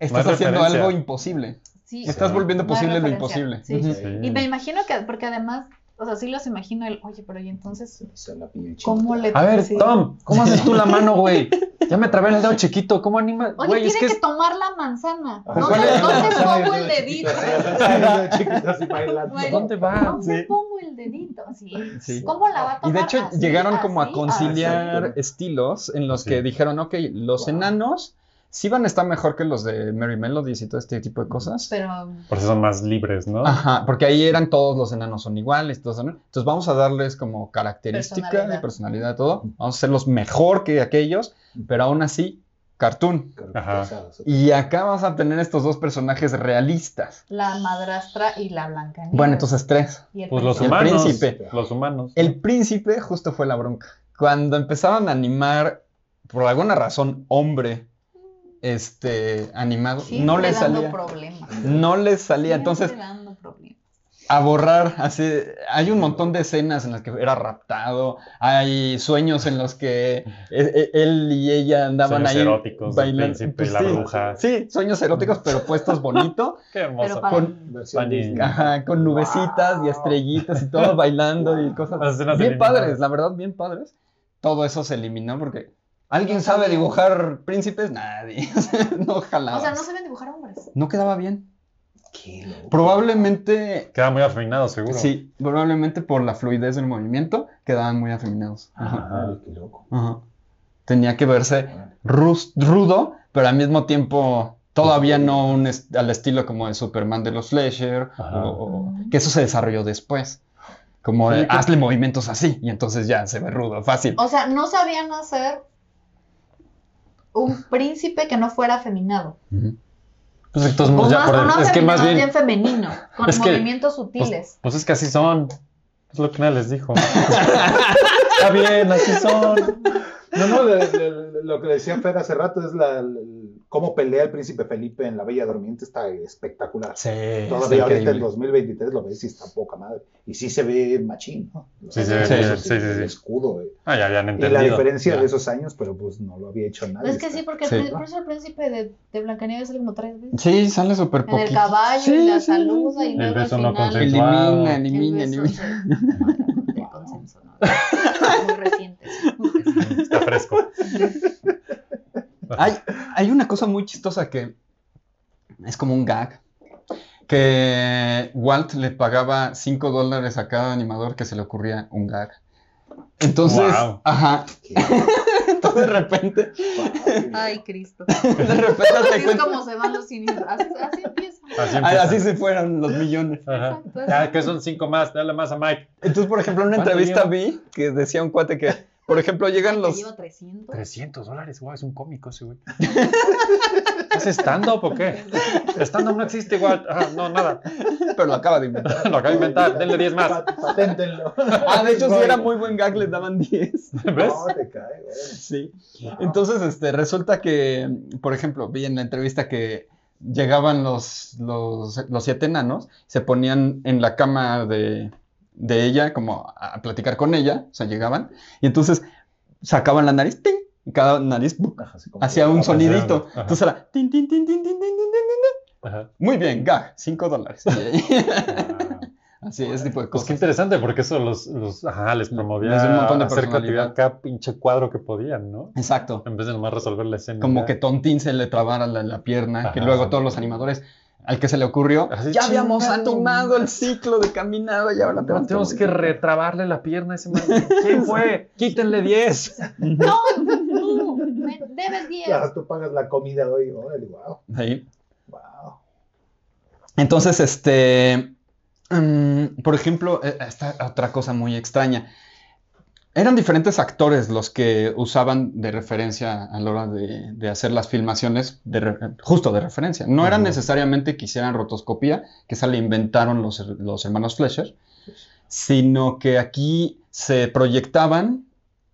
D: estás
C: No hay
D: haciendo
C: referencia.
D: algo imposible.
E: Sí,
D: Estás
C: Sí.
D: volviendo
E: No hay
D: posible lo
E: referencia,
D: imposible.
E: sí.
D: Ujú.
A: Sí,
E: Y me imagino que, porque además, o sea, sí los imagino el, oye, pero y entonces,
A: se la pilló chiquita.
E: ¿cómo le...
C: A ver,
E: sí?
C: Tom, ¿cómo haces tú la mano, güey? Ya me trabé el dedo chiquito, ¿cómo anima?
E: Oye,
C: Güey, es
E: tiene
C: que
E: que,
C: es-
E: tomar la manzana.
A: Ajá.
E: No,
D: ¿Cuál
E: te-
D: es?
E: no [laughs] te
A: Ay,
E: pongo
A: yo
E: el
A: de
E: dedito.
A: chiquita, yo de chiquita así bailando.
E: Bueno,
C: ¿Dónde va?
E: No te
D: Sí.
E: pongo el dedito, sí.
D: Sí.
E: ¿Cómo la va a
D: Y
E: tomar?
D: de hecho
E: Así,
D: llegaron como a
E: así,
D: conciliar
A: Exacto.
D: estilos en los
C: Sí.
D: que dijeron, ok, los
A: Wow.
D: enanos Sivan está mejor que los de Mary Melodies y todo este tipo de cosas.
E: Ah, Pero
C: Por eso son más libres, ¿no?
D: Ajá, porque ahí eran todos los enanos son iguales, todos son... Entonces vamos a darles como característica
E: Personalidad.
D: y personalidad de todo. Vamos a ser los mejor que aquellos, pero aún así, cartoon.
C: Ajá.
D: Y acá vas a tener estos dos personajes realistas.
E: la madrastra y la blanca.
D: Bueno, entonces tres.
C: Pues los
D: El
C: humanos.
D: príncipe.
C: Los humanos.
D: El príncipe justo fue la bronca. Cuando empezaron a animar, por alguna razón, hombre, este, animado, no le salía.
E: problemas.
D: No les salía. Entonces,
E: Siempre dando problemas.
D: a borrar, así, hay un montón de escenas en las que era raptado, hay sueños en los que e- e- él y ella andaban
C: Sueños
D: ahí
C: eróticos del príncipe y la
D: sí,
C: bruja.
D: Sí, sueños eróticos, pero puestos
C: [laughs]
D: bonito,
C: Qué
E: Pero
C: hermoso.
E: para
D: Con-
A: Versión
C: Fanny.
A: Disney.
D: ajá, con nubecitas y estrellitas y todo bailando y
C: Las
D: cosas
C: escenas
D: bien
C: eliminadas.
D: padres, la verdad, bien padres. Todo eso se eliminó porque ¿alguien
E: No
D: sabe
E: sabía.
D: dibujar príncipes? Nadie. [laughs] no jalaba.
E: O sea, no saben dibujar hombres.
D: no quedaba bien.
A: Qué loco.
D: Probablemente
C: Queda muy afinado, seguro.
D: Sí, probablemente por la fluidez del movimiento quedaban muy afeminados. Ajá,
A: Ay, qué loco.
D: ajá. Tenía que verse
A: Órale.
D: rus- rudo, pero al mismo tiempo todavía no un est- al estilo como de Superman de los Fleischer,
C: Ajá.
D: o- o- que eso se desarrolló después. Como de,
C: Sí, creo-
D: hazle movimientos así y entonces ya se ve rudo, fácil.
E: O sea, no sabían hacer un príncipe que no fuera afeminado.
D: Ujú.
C: Pues entonces,
E: O
C: pues, ya
E: más,
C: por
E: o
C: el-
E: no
C: Es que
E: afeminado,
C: más bien.
E: femenino, con
C: Es que-
E: movimientos
C: Pues,
E: sutiles.
C: pues es que así son. Es lo que nadie les dijo. [laughs] Está bien, así son.
A: No, no, le- le- lo que le decía Fer hace rato es la, el- cómo pelea el príncipe Felipe en La Bella Durmiente está espectacular.
D: Sí, está
A: Todavía ahorita en
D: increíble.
A: 2023 lo ves y está poca madre. Y sí se ve machín, ¿no?
C: Sí,
A: O
C: sí,
A: sea,
D: sí,
A: el-
C: sí, sí,
A: el
C: sí.
A: escudo. eh.
C: Ah, ya habían
A: Y
C: entendido.
A: la diferencia
D: ya.
A: de esos años, pero pues no lo había hecho nadie.
E: es que
A: Está-
E: sí, porque el
D: Sí.
E: prin- por eso el príncipe de, de Blancanieves sale como tres veces.
D: Sí, sale súper
E: En el
D: poquito.
E: caballo,
D: Sí,
E: y la
D: sí, sí,
E: saluda
D: sí.
E: y luego al
C: beso no
E: final...
C: consentido.
D: Elimina,
E: el
D: elimina,
E: beso
D: elimina.
E: se- de consenso, ¿no? Muy reciente.
C: Está fresco.
D: Hay, hay una cosa muy chistosa que es como un gag. Que Walt le pagaba 5 dólares a cada animador que se le ocurría un gag. Entonces,
C: Guau. [laughs]
D: ajá,
A: Qué-
D: [laughs] entonces de repente,
E: Ay, Cristo.
D: de repente
E: Así
D: te
E: es
D: cuenta-
E: como se van los cines. Así, así empieza.
C: Así
D: Ay,
C: empieza.
D: Ah, así se fueron los millones.
C: Ajá.
E: Exacto,
C: Ah, Ya,
E: así.
C: que son cinco más. Dale más a Mike.
D: Entonces, por ejemplo, en una
C: ¿Cuánto
D: entrevista
C: lleva?
D: vi que decía un cuate que, por ejemplo, llegan
E: Te
D: los...
E: lleva 300.
C: 300 dólares, güey, es un cómico ese
D: [laughs]
C: güey. ¿Es stand-up o qué? Stand-up no existe igual. Ah, no, nada.
D: Pero lo acaba de
E: [laughs]
D: inventar.
C: Lo acabo de inventar, denle 10 más.
A: Pa- Paténtenlo.
D: Ah, de hecho, si era muy buen gag, les daban 10.
C: ¿Ves?
A: No, te cae, güey.
D: Sí. Entonces, este, resulta que, por ejemplo, vi en la entrevista que llegaban los, los, los siete enanos, se ponían en la cama de, de ella, como a, a platicar con ella, o sea, llegaban, y entonces sacaban la nariz, ¡ting! y cada nariz ¡buc!
A: Ajá, así como-
D: hacía un
C: Ajá.
D: sonidito.
C: Ajá.
D: Entonces era, tin, tin, tin, tin, tin, tin, tin, tin, tin. [laughs]
C: Ajá.
D: Muy bien, gag, cinco dólares. [laughs]
C: Ah,
D: Así, ese tipo de
C: Pues qué
D: cosas.
C: interesante, porque eso los, los ajá, les promovía
D: Les dio un montón de
C: a hacer
D: personalidad.
C: creatividad cada pinche cuadro que podían, ¿no?
D: Exacto.
C: En vez de nomás resolver la escena.
D: como
C: ya.
D: que Tontín se le trabara la, la pierna, que
C: Ajá.
D: luego todos los animadores, al que se le ocurrió,
C: Así,
D: ya habíamos
C: "Chingado,
D: animado el ciclo de caminado y ahora
C: No, tenemos que retrabarle la pierna a ese man. ¿Quién fue? Quítenle [laughs] 10.
E: No, no, me debes 10.
A: Ya, "Ah, tú pagas la comida hoy. "Ah, Órale, wow.
D: Ahí.
A: Wow.
D: Entonces, este, mm, por ejemplo, eh, esta otra cosa muy extraña. Eran diferentes actores los que usaban de referencia a la hora de, de hacer las filmaciones, de re- justo de referencia. No era
C: Ujú.
D: necesariamente que hicieran rotoscopía, que esa la inventaron los, los hermanos Fleischer, sino que aquí se proyectaban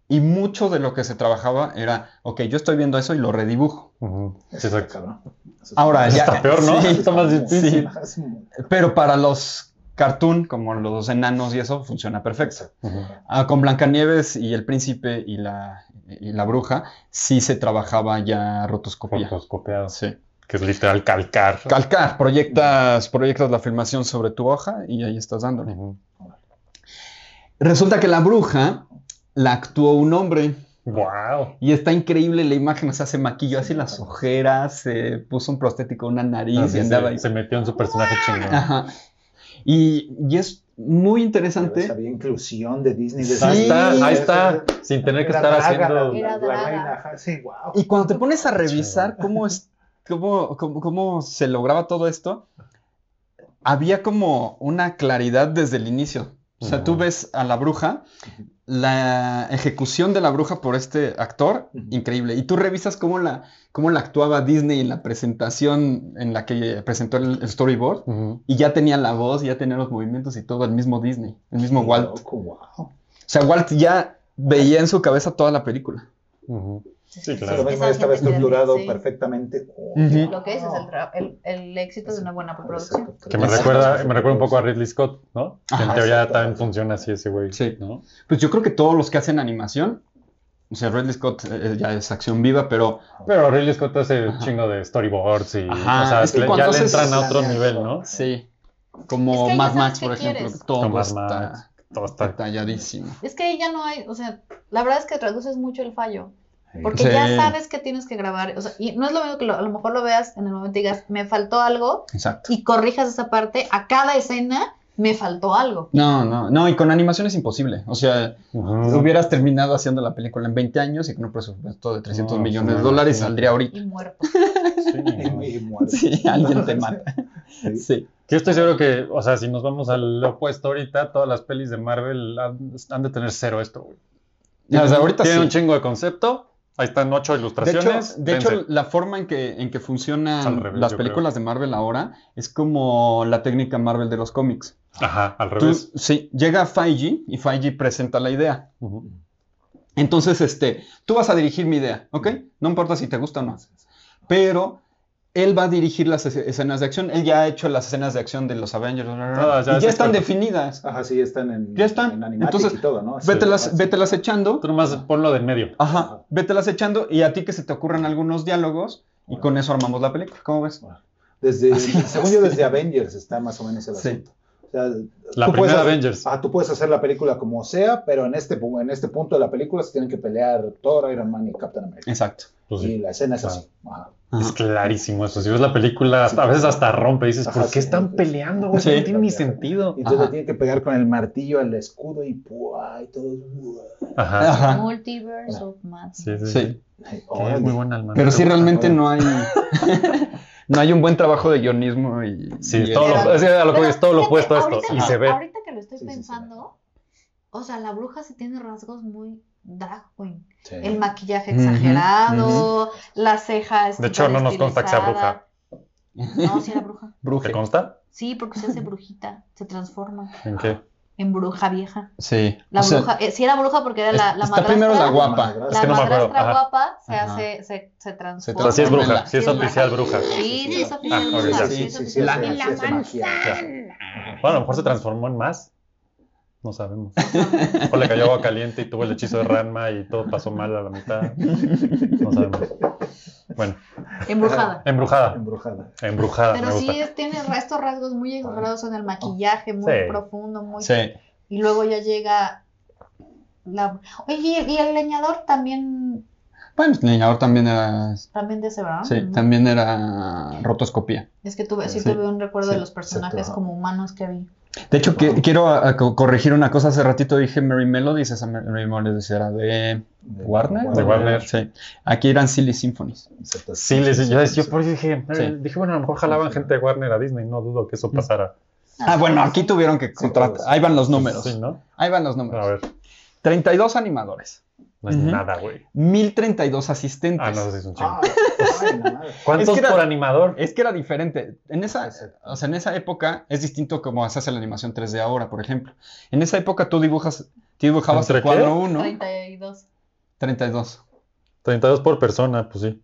D: y mucho de lo que se trabajaba era, ok, yo estoy viendo eso y lo redibujo.
C: Ujú, sí,
A: Eso está
C: Exacto.
A: cabrón. Eso
D: Ahora,
C: Eso
A: [laughs]
D: ya-
C: está peor, ¿no?
D: [laughs]
C: [laughs]
D: sí.
C: Está más difícil.
D: sí. Pero para los cartoon, como los enanos y eso, funciona perfecto.
C: Ujú.
D: Ah, con Blancanieves y el príncipe y la, y la bruja, sí se trabajaba ya rotoscopía.
C: Fotoscopiados,
D: Sí.
C: Que es literal calcar.
D: Calcar, proyectas, proyectas la filmación sobre tu hoja y ahí estás dándole.
C: Ujú.
D: Resulta que la bruja la actuó un hombre.
C: Guau.
D: Y está increíble la imagen, o sea, se maquilló así las ojeras, se puso un prostético, una nariz
C: Así
D: y
C: se,
D: andaba ahí. Ah,
C: se metió en su personaje chingón.
D: Ajá. Y, y es muy
A: Esa
D: interesante.
A: había inclusión de Disney. de
D: Sí.
C: Ahí está, ahí
A: Disney.
C: está. Sin tener que
A: Era
C: estar
A: Draga,
C: haciendo.
A: la-
E: Era
A: la
E: Draga.
A: reina, ajá, sí, wow.
D: Y cuando te pones a revisar cómo es, cómo, cómo, cómo se lograba todo esto, había como una claridad desde el inicio. O sea, tú
C: Ujú.
D: ves a la bruja, la ejecución de la bruja por este actor,
A: Ujú.
D: increíble. Y tú revisas cómo la, cómo la actuaba Disney en la presentación en la que presentó el, el storyboard.
C: Ujú.
D: Y ya tenía la voz, ya tenía los movimientos y todo el mismo Disney, el mismo Walt. O
A: Loco, wow.
D: sea, Walt ya veía en su cabeza toda la película.
C: Ujú. Sí,
A: Se lo
C: claro.
A: ven,
E: Esa
A: estaba
E: gente que-
A: estructurado
E: sí.
A: perfectamente. Oh,
D: Ujú.
E: Lo que es, es el, tra- el, el éxito de una buena producción.
A: Exacto.
C: Que me
D: Exacto.
C: recuerda, me recuerda un poco a Ridley Scott, ¿no? Que en
D: Ajá,
C: teoría
A: exacto.
C: también funciona así ese güey.
D: Sí.
C: ¿no?
D: Pues yo creo que todos los que hacen animación, o sea, Ridley Scott eh, ya es acción viva, pero
C: Pero Ridley Scott hace un chingo de storyboards y
D: Ajá,
C: o sea,
D: es que
C: le-
D: cuando
C: ya le
D: haces-
C: entran a otro
A: Planeas
C: nivel,
A: todo.
C: ¿no?
D: sí,
E: Es
D: como
E: que ahí ya
D: Mad
E: sabes
D: Max,
E: qué
D: por ejemplo,
E: quieres.
D: que todo pues
C: Como Mad
D: está
C: Max, Todo está
D: detalladísimo.
E: Es que ahí ya no hay, o sea, la verdad es que traduces mucho el fallo. Porque
D: Sí.
E: ya sabes que tienes que grabar. O sea, y no es lo mismo que lo- a lo mejor lo veas en el momento y digas, me faltó algo,
D: Exacto.
E: y corrijas esa parte. A cada escena, me faltó algo.
D: No, no, no, y con animación es imposible. O sea,
C: Ujú.
D: hubieras terminado haciendo la película en 20 años y con un presupuesto de 300
C: No,
D: millones de
C: no,
D: dólares
C: imagínate.
D: saldría ahorita.
E: Y muerto.
C: Sí,
A: Y
C: ¿no?
A: muy
D: [laughs]
A: muerto.
D: Sí, alguien
E: [laughs]
D: te mata.
A: Sí.
D: Sí.
C: Yo estoy seguro que, o sea, si nos vamos al opuesto ahorita, todas las pelis de Marvel han, han de tener cero esto, güey.
D: O sea, ahorita
C: Tienen
D: sí.
C: un chingo de concepto, ahí están ocho
D: De hecho,
C: ilustraciones.
D: de hecho,
C: dense.
D: la forma en que, en que funcionan
C: Al revés,
D: las
C: yo
D: películas de Marvel ahora es como la técnica Marvel de los cómics.
C: Ajá, al
D: Tú-
C: revés.
D: sí, llega Feige y Feige presenta la idea.
C: Ujú.
D: Entonces, este, tú vas a dirigir mi idea, ¿ok? No importa si te gusta o no. Pero él va a dirigir las es- escenas de acción. Él ya ha hecho las escenas de acción de los Avengers. bla, bla, bla,
C: Todas Ah, ya
D: y
C: se
D: ya están
C: cuentan.
D: definidas.
A: Ajá, sí, ya están en,
D: Ya están.
A: en animatic
D: Entonces,
A: y todo, ¿no? Sí,
D: Vételas,
A: ajá,
D: vételas echando.
C: Tú nomás ponlo de en medio.
D: Ajá, vételas echando y a ti que se te ocurran algunos diálogos y
A: Órale.
D: con eso armamos la película. ¿Cómo ves?
A: Desde, según yo, desde Avengers está más o menos el
D: Sí.
A: asunto. O sea,
C: La
A: tú puedes
C: primera
A: hacer-
C: Avengers.
A: Ah, tú puedes hacer la película como sea, pero en este, pu- en este punto de la película se tienen que pelear Thor, Iron Man y Captain America.
D: Exacto.
C: Pues
A: Y
C: sí,
A: la escena es
C: Ah.
A: así. Ajá.
D: Ah.
C: Es clarísimo eso. Si ves la película, hasta- a veces hasta rompe. Dices,
A: Ajá,
C: Pues, ¿por qué
A: sí,
C: están
A: sí.
C: peleando, güey?
D: Sí.
C: No tiene ni sentido.
A: Y entonces
D: Ajá.
A: le tiene que pegar con el martillo al escudo y ¡pua! y todo. ¡buah!
C: Ajá.
D: Ajá.
E: Multiverse of Madness.
C: Sí, sí, sí.
D: Sí.
A: Ay,
C: Ay,
A: órale.
C: muy buena alma.
D: Pero sí,
A: Pero,
D: realmente
A: por
D: no hay. [laughs] no hay un buen trabajo de guionismo y.
C: Sí,
D: y
C: todo
D: el-
C: lo, es que a lo que
E: Pero
C: es todo lo
E: fíjate,
C: opuesto a esto.
E: ahorita
C: Y
E: que-
C: se ve.
E: Ahorita que lo estoy
A: Sí, sí, se
E: pensando, o sea, la bruja sí tiene rasgos muy drag queen.
A: Sí.
E: El maquillaje
D: Ujú,
E: exagerado, la ceja
C: De hecho, no nos consta que sea
E: estilizada.
C: bruja.
E: No, sí era bruja.
C: ¿Te
D: Bruje.
C: consta?
E: Sí, porque se hace brujita, se transforma
C: ¿En qué?
E: en bruja vieja.
D: Sí.
E: La
D: o sea,
E: bruja, eh, sí era bruja porque era
D: es-
E: la, la
D: está primero
E: madrastra.
D: la guapa.
A: La-
E: La
A: Es
C: que no me
E: madrastra
C: acuerdo, ajá.
E: guapa se
D: Ajá.
E: hace, se, se transforma.
C: O sea, sí es
D: transforma en
C: bruja,
D: la-
C: sí es oficial bruja.
E: Sí, sí es oficial
C: Ah, ok,
E: bruja.
C: ya.
E: sí,
A: Sí,
E: es
A: sí, sí,
E: oficial
A: la,
E: bruja.
A: sí, hace magia.
C: Bueno, a lo mejor se transformó en más. No sabemos. O le cayó agua caliente y tuvo el hechizo de Ranma y todo pasó mal a la mitad. No sabemos. Bueno,
E: Embrujada.
C: embrujada.
A: Embrujada.
C: Embrujada,
E: Pero
C: Ah, me
E: sí
C: gusta.
E: es- tiene estos rasgos muy exagerados en el maquillaje, muy
C: Sí.
E: profundo, muy...
D: Sí.
E: Y luego ya llega la... Oye, y el- y el leñador también,
D: Bueno, el leñador también era.
E: también de ese, ¿verdad?
D: Sí,
E: Ujú.
D: también era rotoscopía.
E: Es que tuve, sí,
D: Sí.
E: tuve un recuerdo
D: Sí,
E: de los personajes
A: exacto.
E: como humanos que vi.
D: De hecho, que- quiero ah, co- corregir una cosa. Hace ratito dije Mary Melodies. Esa Mary Melodies era de Warner.
C: De Warner.
D: Sí. Aquí eran Silly Symphonies.
A: Exacto.
C: Sí, les, yo, yo por eso dije,
D: Sí.
C: eh, dije, bueno, a lo mejor jalaban gente de Warner a Disney, no dudo que eso pasara.
D: Ah, bueno, aquí tuvieron que contratar.
A: todos.
D: Ahí van los números.
C: Sí, ¿no?
D: Ahí van los
C: A
D: números.
C: ver,
D: 32 animadores.
C: no es
D: Ujú.
C: nada, güey.
D: 1032
C: Ah, no, eso
D: asistentes.
C: sí es un chingo.
A: Ah, ay, la madre.
C: ¿Cuántos
D: es que era-
C: por animador?
D: Es que era diferente. En esa,
A: Exacto.
D: o sea, en esa época es distinto como se hace la animación 3D ahora, por ejemplo. En esa época tú dibujas, tú dibujabas el
C: ¿Entre qué?
D: cuadro 1,
E: 32.
D: 32.
C: 32 por persona, pues sí.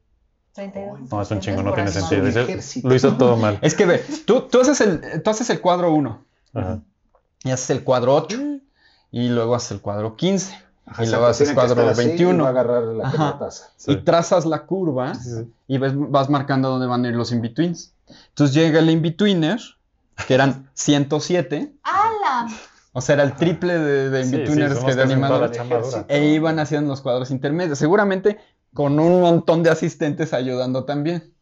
E: 32.
C: No, es un chingo, no
E: por
C: tiene
E: animal.
C: sentido.
A: Un
C: Ese-
A: ejército.
C: Lo hizo todo
D: [laughs]
C: mal.
D: Es que ve, tú, tú haces el, tú haces el cuadro 1
C: Ajá.
D: y haces el cuadro 8 y luego haces el cuadro 15
A: Ajá,
D: y
A: exacto,
D: luego haces
A: tiene que
D: cuadro
A: estar así y Va a
D: 21
A: agarrar la
D: Ajá.
A: taza.
C: Sí.
D: y trazas la curva
C: Sí, sí.
D: y ves- vas marcando dónde van a ir los in-betweens. Entonces llega el in-betweener, que eran 107,
E: ¡Ala!
D: o sea, era el triple de, de
C: Sí, sí,
D: in-betweeners
C: somos
D: que de
C: casi toda la
D: animadores.
C: chamba dura.
A: Ejército.
D: e iban haciendo los cuadros intermedios, seguramente con un montón de asistentes ayudando también.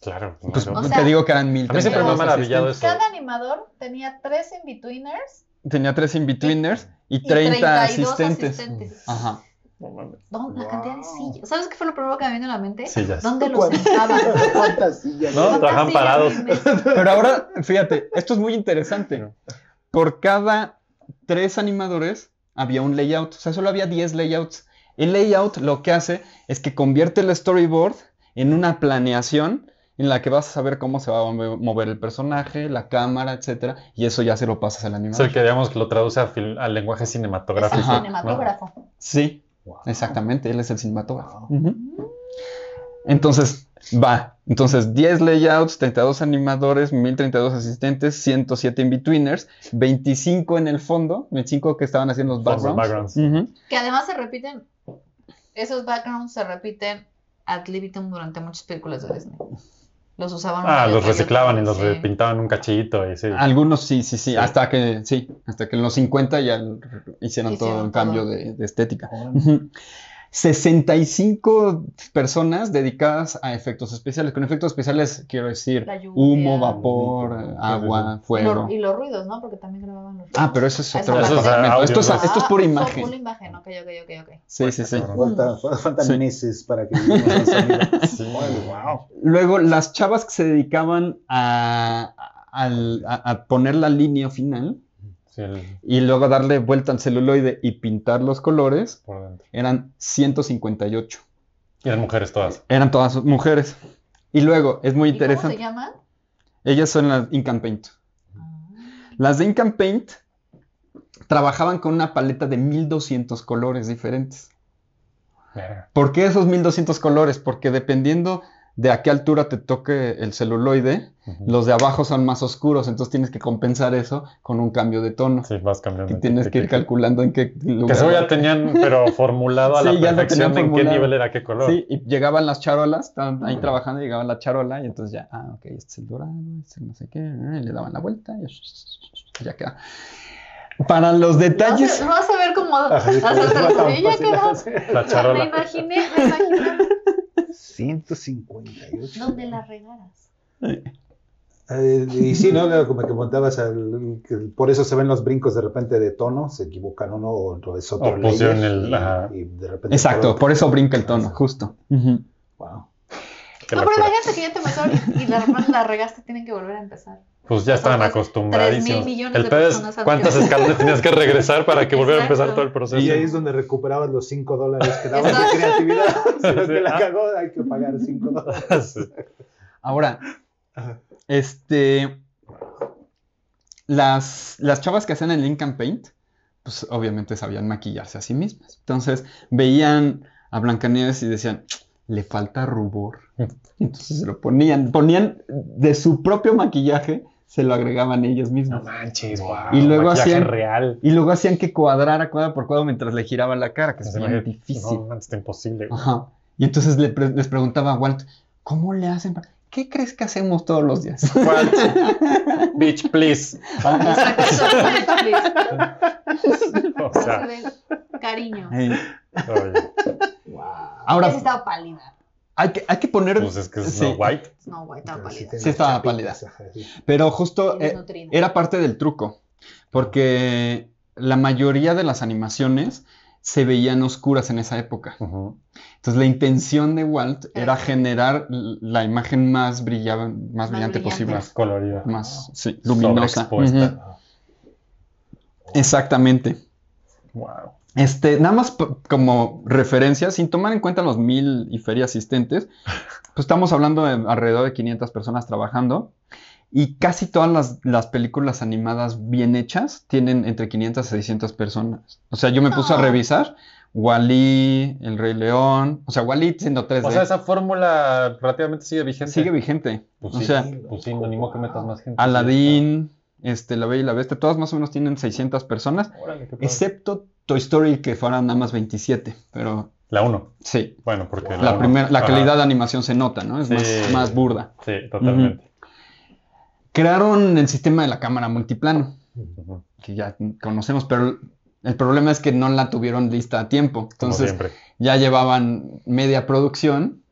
C: Claro.
D: Pues
C: no,
E: O
C: no.
E: sea,
D: te digo que eran mil.
C: a mí siempre me ha
E: pero-
C: maravillado eso.
E: Cada animador tenía tres in-betweeners
D: tenía tres in-betweeners y
E: Y
D: 30
E: 32
D: asistentes.
E: asistentes.
D: Ajá.
C: No mames.
E: Don- La cantidad de
A: Wow.
E: sillas. ¿Sabes qué fue lo primero que me vino a la mente?
C: Sillas. [laughs]
E: ¿Dónde los sentaban?
A: ¿Cuántas sillas?
C: No,
E: ¿Cuántas
C: trabajan
E: sillas
C: parados.
E: y mesas?
D: Pero ahora, fíjate, esto es muy interesante. Por cada tres animadores había un layout. O sea, solo había 10 layouts. El layout lo que hace es que convierte el storyboard en una planeación en la que vas a saber cómo se va a move- mover el personaje, la cámara, etcétera, y eso ya se lo pasas
C: Es
D: al
C: el
D: animador.
C: que digamos que lo traduce a fil- al lenguaje
E: Es
C: cinematográfico.
E: un
D: Ajá.
C: ¿no?
E: cinematógrafo.
D: Sí,
A: Wow.
D: exactamente, él es el cinematógrafo.
A: Wow.
D: Ujú. Entonces, va. Entonces, 10 layouts, 32 animadores, 1032 asistentes, 107 in-betweeners, 25 en el fondo, 25 que estaban haciendo los
C: Fondos,
D: backgrounds.
C: backgrounds.
D: Ujú.
E: Que además se repiten. Esos backgrounds se repiten ad libitum durante muchas películas de Disney. Los usaban. una
C: Ah,
E: y
C: los
E: otra y
C: reciclaban
E: otra
C: y los
E: vez, sí.
C: repintaban un cachito y sí.
D: Algunos sí, sí, sí,
C: Sí.
D: hasta que, sí, hasta que en los 50 ya r- hicieron
E: Hicieron
D: todo
E: todo.
D: un cambio de, de estética. Ujú. 65 personas dedicadas a efectos especiales. Con efectos especiales quiero decir
E: La lluvia.
D: humo, vapor,
A: Bonito.
D: agua,
E: Y,
D: fuego.
E: lo- y los ruidos, ¿no? Porque también grababan los ruidos.
D: Ah, pero eso es
E: Esa
D: otra
E: parte.
D: cosa.
E: Eso es,
C: ah,
D: Memo. Esto es,
C: audio,
E: Ah,
D: esto es pura imagen.
E: Pura imagen, ok, ok, ok, ok.
D: Sí, sí, sí.
A: Falta- faltan
D: Sí.
A: meses para que lleguemos al sonido.
C: Sí.
A: Ay, wow.
D: Luego, las chavas que se dedicaban a, al- a- a poner la línea final
C: Sí, el-
D: y luego darle vuelta al celuloide y pintar los colores
C: por dentro.
D: eran 158.
C: Y eran mujeres todas.
D: Eran todas mujeres. Y luego, es muy
E: ¿Y ¿Cómo se
D: interesante,
E: llaman?
D: ellas son las Ink and Paint. Las de Ink and Paint trabajaban con una paleta de 1200 colores diferentes.
C: Verga.
D: ¿Por qué esos 1200 colores? Porque dependiendo de a qué altura te toque el celuloide,
C: Ujú.
D: los de abajo son más oscuros, entonces tienes que compensar eso con un cambio de tono.
C: Sí, vas cambiando.
D: que tienes que ir calculando en qué
C: Que
D: lugar.
C: eso ya
D: va.
C: tenían, pero formulado a la
D: Sí, ya lo
C: perfección
D: tenían
C: en qué
D: formulado.
C: nivel era qué color.
D: Sí, y llegaban las charolas, estaban ahí trabajando, llegaba la charola y entonces ya, ah, ok, este es el dorado, este no sé qué, y le daban la vuelta y ya queda. Para los detalles,
E: No, vas a ver cómo.
A: Ajá,
E: Hasta
A: no
E: hasta
A: tan
E: tu ella
A: fácil
E: quedó.
A: hacer.
C: La
E: Me
C: [laughs] charola.
E: imaginé, me imaginé
A: 158.
E: dónde la regaras.
A: Eh, y sí, ¿no? Lo- Como que montabas, al- que por eso se ven los brincos de repente de tono, se equivocan uno o no, es otro.
C: O pusieron
A: layer,
C: el-
A: y-
C: ajá.
A: y de repente
D: exacto,
A: todo-
D: por eso brinca el tono, justo. Ujú.
A: Wow.
C: Qué
E: no, pero
C: locura.
E: imagínate que ya te pasó y, y la, la regaste, tienen que volver a
C: [laughs]
E: empezar.
C: Pues ya estaban
E: Otras tres
C: acostumbradísimos.
E: mil millones
C: El
E: de
C: pedo es
E: personas han
C: cuántas
E: violado.
C: escalones tenías que regresar para que volviera a empezar
E: Exacto.
C: todo el proceso.
A: Y ahí es donde recuperabas los 5 dólares que daban de
E: Exacto.
A: creatividad. [laughs] Si lo que
C: Sí,
A: la
C: ah.
A: cagó, hay que pagar 5 dólares.
C: Sí.
D: Ahora,
A: Ajá.
D: este, las, las chavas que hacían el Ink and Paint, pues obviamente sabían maquillarse a sí mismas. Entonces veían a Blancanieves y decían, le falta rubor. [laughs] Entonces se lo ponían, ponían de su propio maquillaje, se lo agregaban ellas
C: No
D: mismas.
C: manches, wow.
D: Y luego
C: maquillaje
D: hacían-
C: real.
D: Y luego hacían que cuadrara cuadro por cuadro mientras le giraban la cara, que es
C: Se
D: Pues bien
C: imagina-
D: difícil.
C: No, man, está imposible.
D: [laughs]
C: güey.
D: Ajá. Y entonces le pre- les preguntaba a Walt, ¿cómo le hacen? para- ¿Qué crees que hacemos todos los días? [laughs]
C: What? Bitch, please.
D: Ajá.
E: Exacto, eso,
C: O
E: así
C: sea,
E: de cariño.
D: Ey.
C: oye,
E: Ahora
D: Ahora,
E: estaba pálida.
D: hay que, hay que poner,
C: pues es que es
D: Sí.
C: Snow White.
E: No, güey, estaba
A: Pero
E: pálida.
A: tenía
D: Sí estaba
A: chapitas, ajá, sí.
D: pero justo eh,
E: Desnutrida.
D: era parte del truco, porque la mayoría de las animaciones se veían oscuras en esa época.
C: Ujú.
D: Entonces la intención de Walt era
E: Era-
D: generar l- la imagen más, brillaba- más brillante
E: brillante.
D: posible,
C: Más colorida.
D: más sí, luminosa. Ujú.
C: Sobreexpuesta.
D: Exactamente.
C: Wow.
D: Este, nada más p- como referencia, sin tomar en cuenta los mil y feria asistentes, pues estamos hablando de alrededor de 500 personas trabajando y casi todas las, las películas animadas bien hechas tienen entre 500 y 600 personas. O sea, yo me puse a
E: Ah.
D: revisar Wally, El Rey León, o sea, Wally siendo 3D,
C: O sea, esa fórmula relativamente sigue vigente.
D: sigue vigente.
C: Pues
D: o
C: sí,
D: sea,
C: pues sí, me animo a que metas más gente.
D: Aladdin, este, La Bella y la Bestia, todas más o menos tienen 600 personas,
C: Órale, qué padre.
D: excepto Toy Story que fueran nada más 27, pero
C: La 1.
D: sí.
C: Bueno, porque
D: La,
C: uno-
D: primera- la
C: Ah, Ajá.
D: calidad de animación se nota, ¿no? Es
C: Sí.
D: más, más burda.
C: Sí, totalmente.
D: Crearon el sistema de la cámara multiplano,
C: Ujú.
D: que ya conocemos, pero el problema es que no la tuvieron lista a tiempo.
C: Como
D: Entonces
C: siempre.
D: ya llevaban media producción.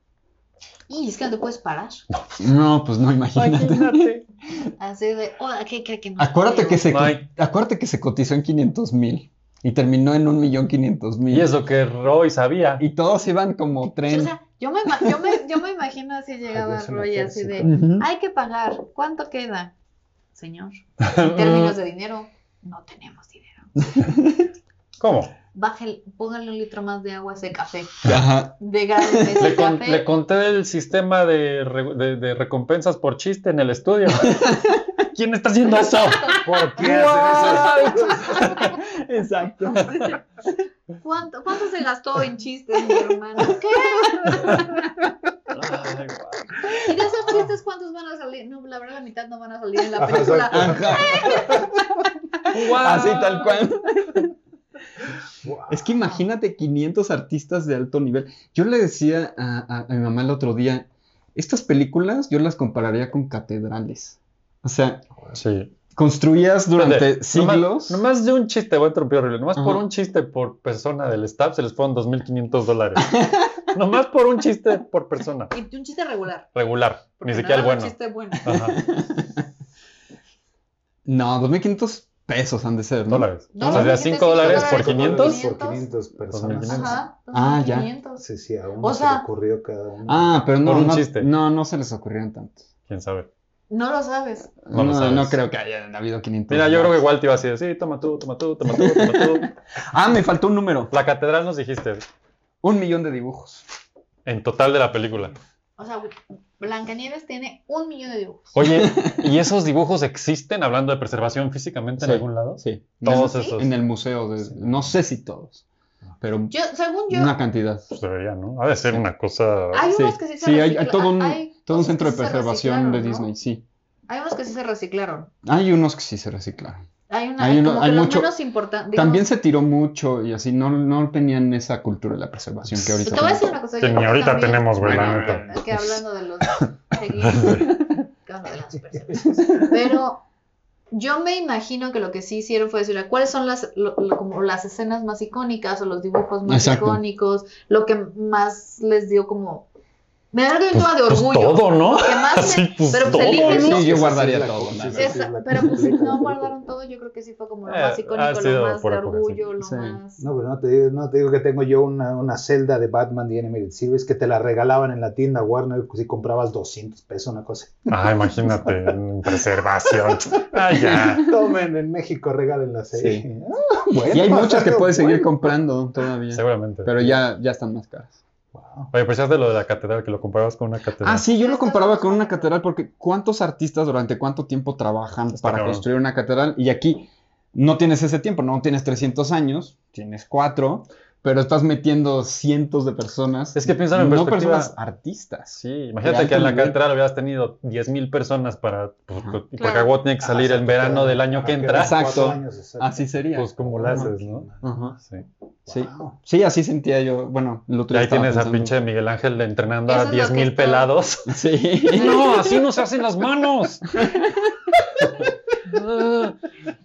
E: Y es que no te puedes parar.
D: No, pues no imagínate.
E: Así de, hola, ¿qué cree que no
D: [laughs] Acuérdate
E: creo?
D: que se, co-
C: Ay.
D: acuérdate que se cotizó en 500 mil y terminó en un millón 500 mil.
C: Y eso que Roy sabía.
D: Y todos iban como
E: Sí,
D: tren.
E: o sea, yo me, ima- yo me, yo me imagino así llegaba
A: Dios, una
E: Roy así
A: ejército.
E: de,
D: Ujú.
E: hay que pagar, ¿cuánto queda? Señor, en términos de dinero, no tenemos dinero.
C: ¿Cómo?
E: Bájale, póngale un litro más de agua a ese café.
D: Ajá.
E: De gas de ese
C: Le, con-
E: café.
C: le conté el sistema de, re- de- de recompensas por chiste en el
E: [laughs]
C: estudio. ¿Quién está haciendo eso?
A: ¿Por qué hacen eso?
D: Exacto.
E: [laughs] ¿Cuánto, cuánto se gastó en chistes, mi hermano? ¿Qué? [laughs] ¿Y de esos chistes cuántos van a salir? No, la verdad, la mitad no van a salir en la
A: Ajá,
E: película.
A: exacto.
D: Ajá. Así tal cual.
A: Guau.
D: Es que imagínate 500 artistas de alto nivel. Yo le decía a, a- a mi mamá el otro día, estas películas yo las compararía con catedrales. O sea,
C: Sí.
D: construías durante
C: Nomás-
D: siglos.
C: Nomás de un chiste, voy a interrumpir horrible. Nomás por
D: Ajá.
C: un chiste por persona del staff se les fueron
E: [laughs]
C: 2.500 dólares. nomás por un chiste por persona.
E: Y un chiste regular.
C: Regular.
E: porque
C: Ni siquiera el
E: nada,
C: bueno.
E: Un chiste bueno.
C: Ajá.
D: No, 2.500 pesos han de ser, ¿no?
C: Dólares.
E: No,
C: o sea,
E: no,
C: de a
E: dijiste
C: 5 dólares por
E: cinco
C: 500.
A: Por 500 personas.
C: 2500.
E: Ajá.
D: Ah, ya.
E: 500.
A: No sé si a uno
E: O
A: se
E: sea-
A: le ocurrió cada uno.
D: Ah, pero no,
C: Por un
D: no,
C: chiste.
D: no, no se les ocurrieron tantos.
C: ¿Quién sabe?
E: No lo sabes.
C: No lo
D: No, no,
C: sabes.
D: creo que hayan habido 500.
C: Mira, yo creo que
D: más.
C: igual te iba a decir, sí, toma tú, toma tú, toma tú, toma tú.
D: Ah, me faltó un número.
C: La catedral nos dijiste,
D: Un millón de dibujos.
C: en total de la película.
E: O sea, Blancanieves tiene un millón de dibujos.
C: Oye,
D: [laughs]
C: ¿y esos dibujos existen hablando de preservación físicamente
D: Sí.
C: en algún lado?
D: Sí.
C: Todos
D: en el,
C: esos.
D: En el museo. de- No sé si todos, pero
E: Yo, según yo,
D: una cantidad.
C: Pues debería, ¿no? Ha de ser una cosa.
E: hay
D: sí,
E: unos que sí se
D: sí, hay, hay
E: recicla-
D: todo un,
E: hay
D: todo un
E: cosas
D: centro
E: que sí
D: de
E: se
D: preservación de
E: reciclaron, ¿no?
D: Disney, sí.
E: Hay unos que sí se reciclaron.
D: Hay unos que sí se reciclaron.
E: Hay, una,
D: Hay
E: hay
D: uno-
E: como
D: hay
E: que los
D: mucho-
E: menos importantes.
D: También se tiró mucho y así, no, no tenían esa cultura de la preservación que ahorita
E: Te voy a decir
D: tenemos.
E: una cosa.
C: Que
E: yo
C: ni ahorita
E: también-
C: tenemos, güey, la
E: Bueno,
C: neta.
E: es que hablando de
C: [laughs]
E: los. seguimos hablando de las personas. Pero yo me imagino que lo que sí hicieron fue decir, ¿cuáles son las, lo- lo- como las escenas más icónicas o los dibujos más
D: Exacto.
E: icónicos? Lo que más les dio como. Me da un tema de
C: Pues
E: orgullo.
C: todo, ¿no?
E: Lo que
C: [laughs]
E: más les-
C: Sí, pues
E: pero
C: todo,
E: eligen-
C: ¿no?
D: Sí, yo
A: Esa
D: guardaría
A: es la
D: todo,
A: cosa,
D: la
A: esa
E: Esa-
A: es la
E: pero pues
A: completa
E: no
A: de-
E: guardaron todo, yo creo que sí fue como lo
C: Eh,
E: más
C: ha
E: icónico,
C: sido
E: lo más
C: por
E: de
C: apuración.
E: orgullo, lo
D: Sí.
E: más...
A: No, pero no te, digo, no te digo que tengo yo una, una celda de Batman de Animated Series que te la regalaban en la tienda Warner si comprabas 200 pesos, una cosa.
C: Ah, imagínate, en preservación. Ah, ya.
A: Tomen en México, regálenlas. ¿eh?
D: Sí.
A: [laughs] Ah, bueno,
D: Y hay muchas que
A: bueno,
D: puedes seguir
A: bueno.
D: comprando todavía,
C: Seguramente.
D: pero ya, ya están más caras.
A: Wow.
C: Oye, pero de lo de la catedral, que lo comparabas con una catedral.
D: Ah, sí, yo lo
E: Estas
D: comparaba
E: dos
D: con una
E: cosas.
D: catedral porque ¿cuántos artistas durante cuánto tiempo trabajan
C: Está
D: para
C: cabrón.
D: construir una catedral? Y aquí no tienes ese tiempo, no tienes 300 años, tienes cuatro, pero estás metiendo cientos de personas.
C: Es que piénsalo en
D: no
C: perspectiva.
D: personas, artistas.
C: Sí,
D: De
C: imagínate
D: alto
C: que en la
D: nivel.
C: catedral hubieras tenido 10.000 personas para. Pues,
D: Ajá.
C: porque
E: Claro.
C: Aguad tiene que salir
A: Ah,
C: en verano
A: exacto,
C: del año que
A: ajá,
C: entra.
A: quedan cuatro
D: Exacto.
A: años, exacto.
D: Así sería.
C: Pues como lo haces, ¿no?
D: Ajá.
C: Sí.
D: Sí.
A: Wow.
D: Sí, así sentía yo. Bueno, lo
C: Y ahí tienes a pinche Miguel Ángel entrenando
E: Eso
C: a
E: es lo que
C: 10.000
E: está-
C: pelados.
D: Sí.
C: [laughs] No, así no se hacen las manos.